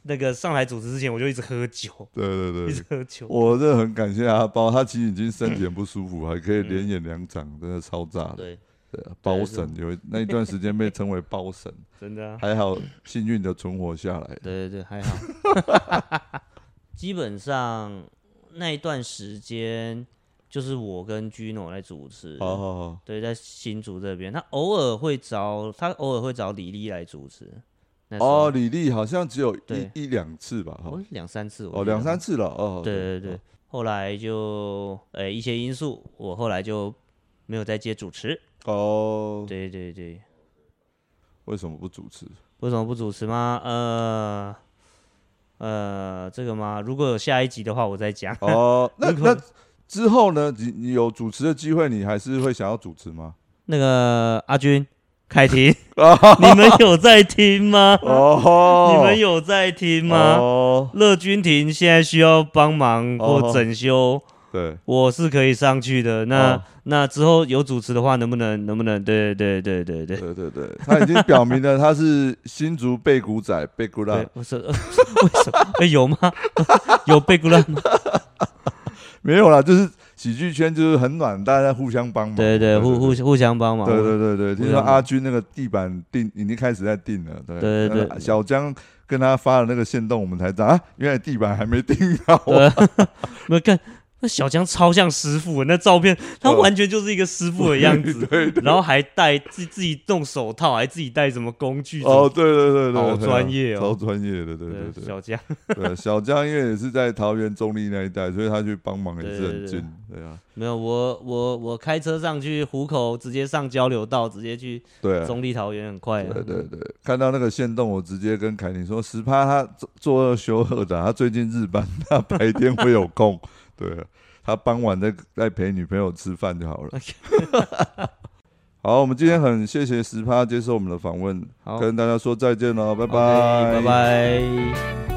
S3: 那个上台主持之前我就一直喝酒，
S2: 对对
S3: 一直
S2: 对，
S3: 喝酒。
S2: 我真的很感谢阿豹，他其实已经身体很不舒服，还可以连演两场，真的超炸的。
S3: 嗯对，
S2: 对啊包神有一那一段时间被称为包 神，
S3: 真的 啊，
S2: 还好幸运的存活下来。
S3: 对对对，还好。基本上那一段时间就是我跟 Gino 来主持。
S2: 好好好，
S3: 对，在新竹这边，他偶尔会找他偶尔会找李丽来主持。那时候
S2: 哦，，李丽好像只有
S3: 对
S2: 一一两次吧，哈
S3: 哦，两三次我记得，
S2: 哦，两三次了，哦，
S3: 对对对，后来就呃、一些因素，我后来就没有再接主持。
S2: 哦，
S3: 对对对，
S2: 为什么不主 持？
S3: 为什么不主持吗？呃呃，这个吗？如果有下一集的话，我再讲。
S2: 哦，那
S3: 如果
S2: 那之后呢？你你有主持的机会，你还是会想要主持吗？
S3: 那个阿军、凯 婷，你们有在听吗？
S2: 哦
S3: 啊你们有在听吗？
S2: 哦，
S3: 乐君亭现在需要帮忙或
S2: 哦
S3: 整修，
S2: 对，
S3: 我是可以上去的。那、
S2: 哦
S3: 那之后有主持的话，能不能能不能？对对对对对。
S2: 对对对，他已经表明了他是新竹贝古仔贝古拉
S3: 对，，我说、呃 为什么？哎、有吗？ 有贝古拉吗？
S2: 没有啦，就是喜剧圈就是很暖，大家互相帮忙。
S3: 对对，互互互相帮忙。
S2: 对对对对，听
S3: 互
S2: 说
S3: 相
S2: 阿军那个地板定已经开始在定了，对
S3: 对对
S2: 那个小江 跟他发的那个线动，我们才知道啊，原来地板还没定好。
S3: 对，没有看，那小江超像师傅的，那照片他
S2: 哦
S3: 完全就是一个师傅的样 子，
S2: 对
S3: 然后还戴自自己弄手套，还自己带什么工具。
S2: 哦，，对对对对，
S3: 好
S2: 对
S3: 专业哦
S2: 超专业的，对对
S3: 对，
S2: 对
S3: 小江，
S2: 对。小江因为也是在桃园中立那一带，所以他去帮忙也是
S3: 对
S2: 很
S3: 对对
S2: 近，对啊，
S3: 没有我我我开车上去虎口，直接上交流道，直接去
S2: 对啊。
S3: 中立桃园，很快啊。
S2: 对对对，看到那个线动，我直接跟凯宁说，十趴他做做二休二的，他最近日班，他白天会有空， 对啊，他傍晚再再陪女朋友吃饭就好了。 好，我们今天很谢谢十趴接受我们的访问，
S3: 好，
S2: 跟大家说再见喽，拜拜，
S3: OK，拜拜。